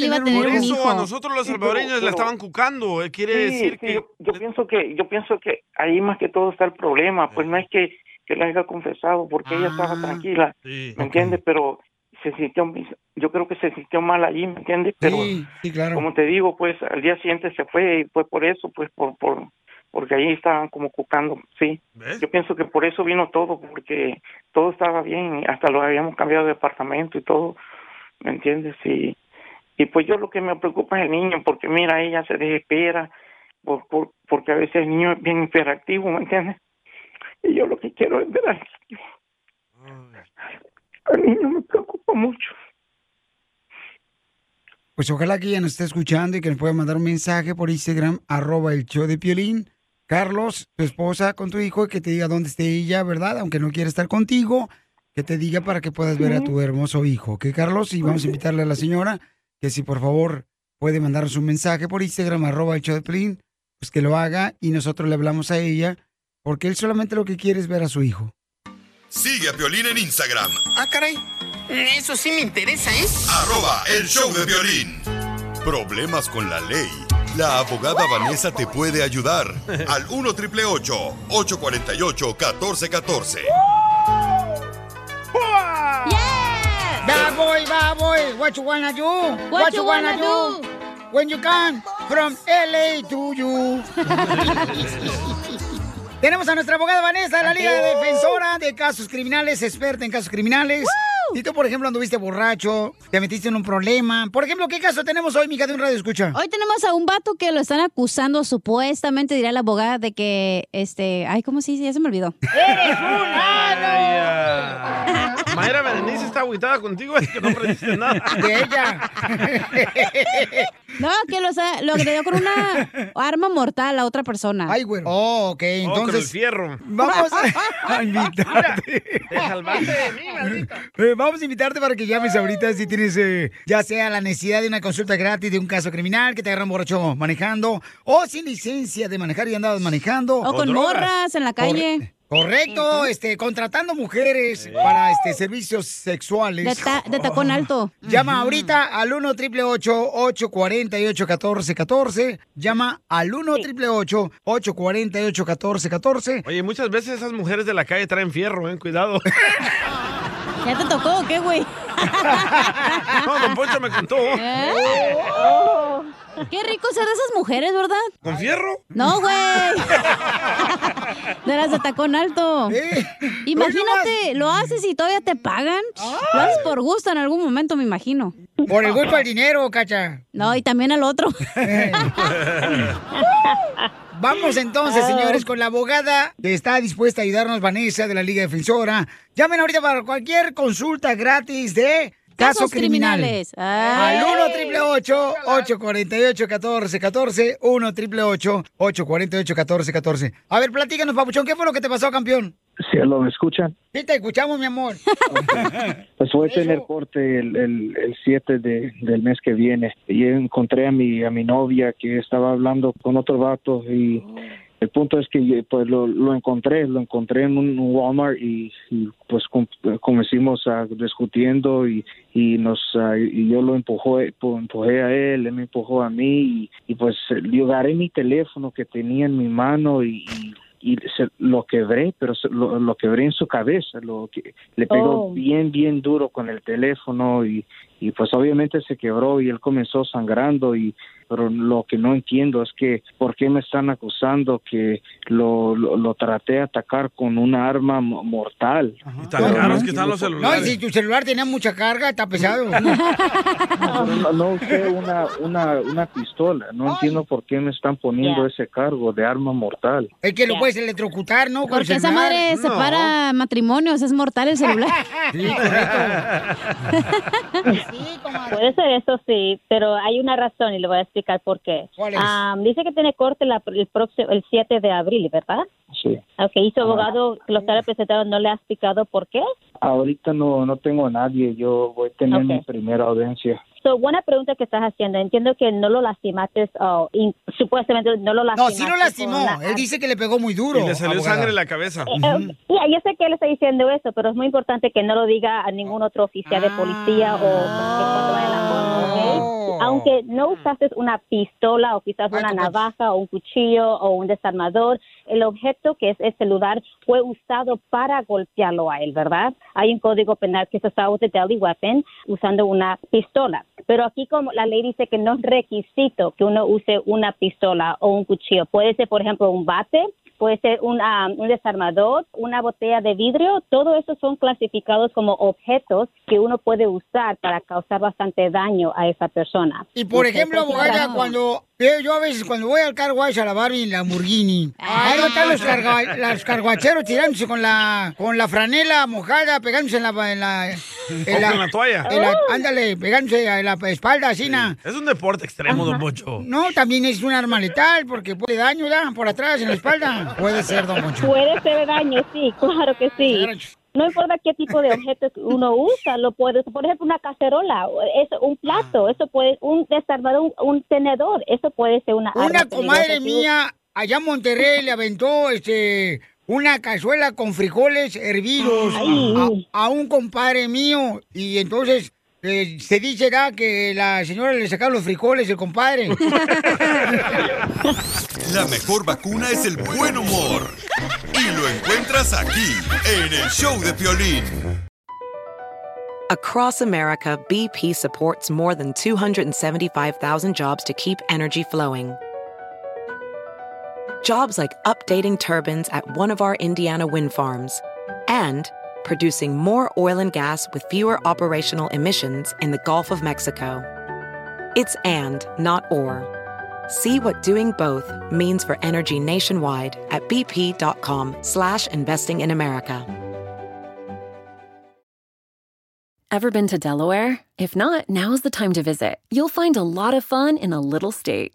S2: un
S3: eso
S2: hijo.
S3: a nosotros los
S2: Sí, pero-
S3: salvadoreños la
S2: pero-
S3: estaban cucando. eh, Quiere
S14: Sí,
S3: decir
S14: sí,
S3: que...
S14: yo, yo pienso que yo pienso que ahí más que todo está el problema pues no es que yo la haya confesado porque ella
S3: Ah,
S14: estaba tranquila me entiendes pero se sintió yo creo que se sintió mal allí me entiendes pero
S2: Sí, sí, claro.
S14: como te digo pues al día siguiente se fue y fue por eso pues por por porque ahí estaban como cucando sí yo pienso que por eso vino todo porque todo estaba bien hasta lo habíamos cambiado de apartamento y todo me entiendes y y pues yo lo que me preocupa es el niño porque mira ella se desespera por, por- porque a veces el niño es bien hiperactivo, ¿me entiendes? Y yo lo que quiero es ver al niño. Al niño me preocupa mucho.
S2: Pues ojalá que ella nos esté escuchando y que nos pueda mandar un mensaje por Instagram, arroba el show de Piolín. Carlos, tu esposa con tu hijo, que te diga dónde esté ella, ¿verdad? Aunque no quiera estar contigo, que te diga para que puedas ver a tu hermoso hijo. ¿Ok, Carlos? Y vamos a invitarle a la señora que si por favor puede mandarnos un mensaje por Instagram, arroba el show de Piolín, pues que lo haga y nosotros le hablamos a ella, porque él solamente lo que quiere es ver a su hijo.
S5: Sigue a Piolín en Instagram.
S18: Ah, caray. Eso sí me interesa, ¿eh?
S5: Arroba el show de violín. Problemas con la ley. La abogada Vanessa te puede ayudar al 1 triple 848 1414.
S2: Bad boy, bad boy, what you wanna do? What, you wanna, do? When you can, from LA to you. Tenemos a nuestra abogada Vanessa, la Liga
S13: Woo.
S2: Defensora de Casos Criminales, experta en casos criminales. Si tú, por ejemplo, anduviste borracho, te metiste en un problema. Por ejemplo, ¿qué caso tenemos hoy, mija, de un radio escucha?
S4: Hoy tenemos a un vato que lo están acusando, supuestamente, dirá la abogada, de que, este, ay, ¿cómo se dice? Ya se me olvidó.
S2: ¡Eres un
S3: Ay, ah. Mayra Berenice está agüitada contigo, es que no aprendiste nada. Oh,
S2: De ella.
S4: No, que lo, sa- lo agredió con una arma mortal a otra persona.
S2: Ay, güey. Oh, ok,
S3: Oh, con el
S2: entonces...
S3: fierro.
S2: Vamos a invitarte.
S3: Te salvaste de mí,
S2: Eh, vamos a invitarte para que llames ahorita si tienes eh, ya sea la necesidad de una consulta gratis de un caso criminal que te agarran borracho manejando o sin licencia de manejar y andadas manejando.
S4: O con morras en la calle.
S2: Corre- correcto, este, contratando mujeres para este, servicios sexuales.
S4: De ta- de tacón alto.
S2: Llama
S4: Ujú.
S2: ahorita al 1 888 848 1414 Llama al 1 888 848 1414
S3: Oye, muchas veces esas mujeres de la calle traen fierro, ¿eh? Cuidado.
S4: ¿Ya te tocó o qué, güey?
S3: No, don Poncho me contó.
S4: ¿Eh? Qué rico ser de esas mujeres, ¿verdad?
S3: ¿Con fierro?
S4: No, güey. De las de tacón alto. Imagínate, lo haces y todavía te pagan. Lo haces por gusto en algún momento, me imagino.
S2: Por el gusto al dinero, cacha.
S4: No, y también al otro.
S2: Vamos entonces,
S4: Ah.
S2: señores, con la abogada que está dispuesta a ayudarnos, Vanessa, de la Liga Defensora. Llamen ahorita para cualquier consulta gratis de caso
S4: Casos
S2: criminal.
S4: criminales. Ay.
S2: Al 1 888 848 1414 1 888 848 1414 A ver, platícanos, papuchón, ¿qué fue lo que te pasó, campeón?
S10: Cielo, ¿me escuchan?
S2: Sí, te escuchamos, mi amor.
S10: Pues voy a tener corte el, el, el 7 de, del mes que viene. Y encontré a mi, a mi novia que estaba hablando con otro vato y el punto es que yo, pues lo, lo encontré, lo encontré en un Walmart y, y, pues com- comencimos a discutiendo y, y nos ah, y yo lo empujé, pu- empujé a él, él me empujó a mí y, y, pues yo agarré mi teléfono que tenía en mi mano y, y- y se- lo quebré, pero se- lo, lo quebré en su cabeza, lo que le pegó
S16: Oh.
S10: bien, bien duro con el teléfono y, y pues obviamente se quebró y él comenzó sangrando y pero lo que no entiendo es que por qué me están acusando que lo, lo, lo traté de atacar con una arma mo- mortal.
S3: Tan caros que están los
S2: No, y
S3: celulares.
S2: si tu celular tenía mucha carga, está pesado.
S10: Pero no, no usé una, una, una pistola, no entiendo por qué me están poniendo ese cargo de arma mortal.
S2: Es que lo puedes electrocutar, ¿no? Con el
S4: Porque esa
S2: celular.
S4: madre separa matrimonios, es mortal el celular.
S15: Puede ser eso sí, pero hay una razón y le voy a explicar por qué.
S16: es?
S15: Am, dice que tiene corte la- el próximo el 7 de abril, ¿verdad?
S10: Sí.
S15: Ok, y su abogado que lo está representando no le ha explicado por qué.
S10: Ahorita no, no tengo a nadie, yo voy a tener mi primera audiencia.
S15: So, buena pregunta que estás haciendo. Entiendo que no lo lastimaste, o in- supuestamente no lo
S2: No,
S15: lastimaste.
S2: sí lo
S15: con
S2: lastimó.
S15: la-
S2: Él dice que le pegó muy duro.
S3: Y le salió
S2: abogada.
S3: sangre en la cabeza.
S15: Eh, eh, ya, yo sé que él está diciendo eso, pero es muy importante que no lo diga a ningún otro oficial de policía o que cuando vaya a la corte, ¿ok? Aunque no usaste una pistola o quizás una navaja o un cuchillo o un desarmador, el objeto que es el celular fue usado para golpearlo a él, ¿verdad? Hay un código penal que es usado de deadly weapon usando una pistola. Pero aquí como la ley dice que no es requisito que uno use una pistola o un cuchillo. Puede ser, por ejemplo, un bate, puede ser un, ah, un desarmador, una botella de vidrio, todo eso son clasificados como objetos que uno puede usar para causar bastante daño a esa persona.
S2: Y por ejemplo, abogada, cuando eh, yo a veces cuando voy al carwash a lavar mi Lamborghini, ahí están los, carga- las carguacheros tirándose con la con la franela mojada, pegándose en la en la,
S3: O con la toalla.
S2: en la- ándale, pegándose a la espalda, Sina.
S3: Es un deporte extremo, don Pocho.
S2: No, también es un arma letal porque puede daño, ¿verdad? Por atrás, en la espalda. Puede ser, don Poncho.
S15: Puede ser daño, sí, claro que sí. No importa qué tipo de objetos uno usa, lo puedes, por ejemplo, una cacerola, o es un
S2: Ah.
S15: plato, eso puede, un desarmador, un, un tenedor, eso puede ser una arma
S2: Una comadre
S15: peligrosa, sí.
S2: mía allá en Monterrey le aventó este una cazuela con frijoles hervidos a, a un compadre mío y entonces eh, se dice da que la señora le sacaba los frijoles el compadre.
S5: La mejor vacuna es el buen humor. Y lo encuentras aquí, en el show de Piolín.
S8: Across America, BP supports more than 275,000 jobs to keep energy flowing. Jobs like updating turbines at one of our Indiana wind farms and producing more oil and gas with fewer operational emissions in the Gulf of Mexico. It's and, not or. See what doing both means for energy nationwide at bp.com slash investing in America.
S31: Ever been to Delaware? If not, now's the time to visit. You'll find a lot of fun in a little state.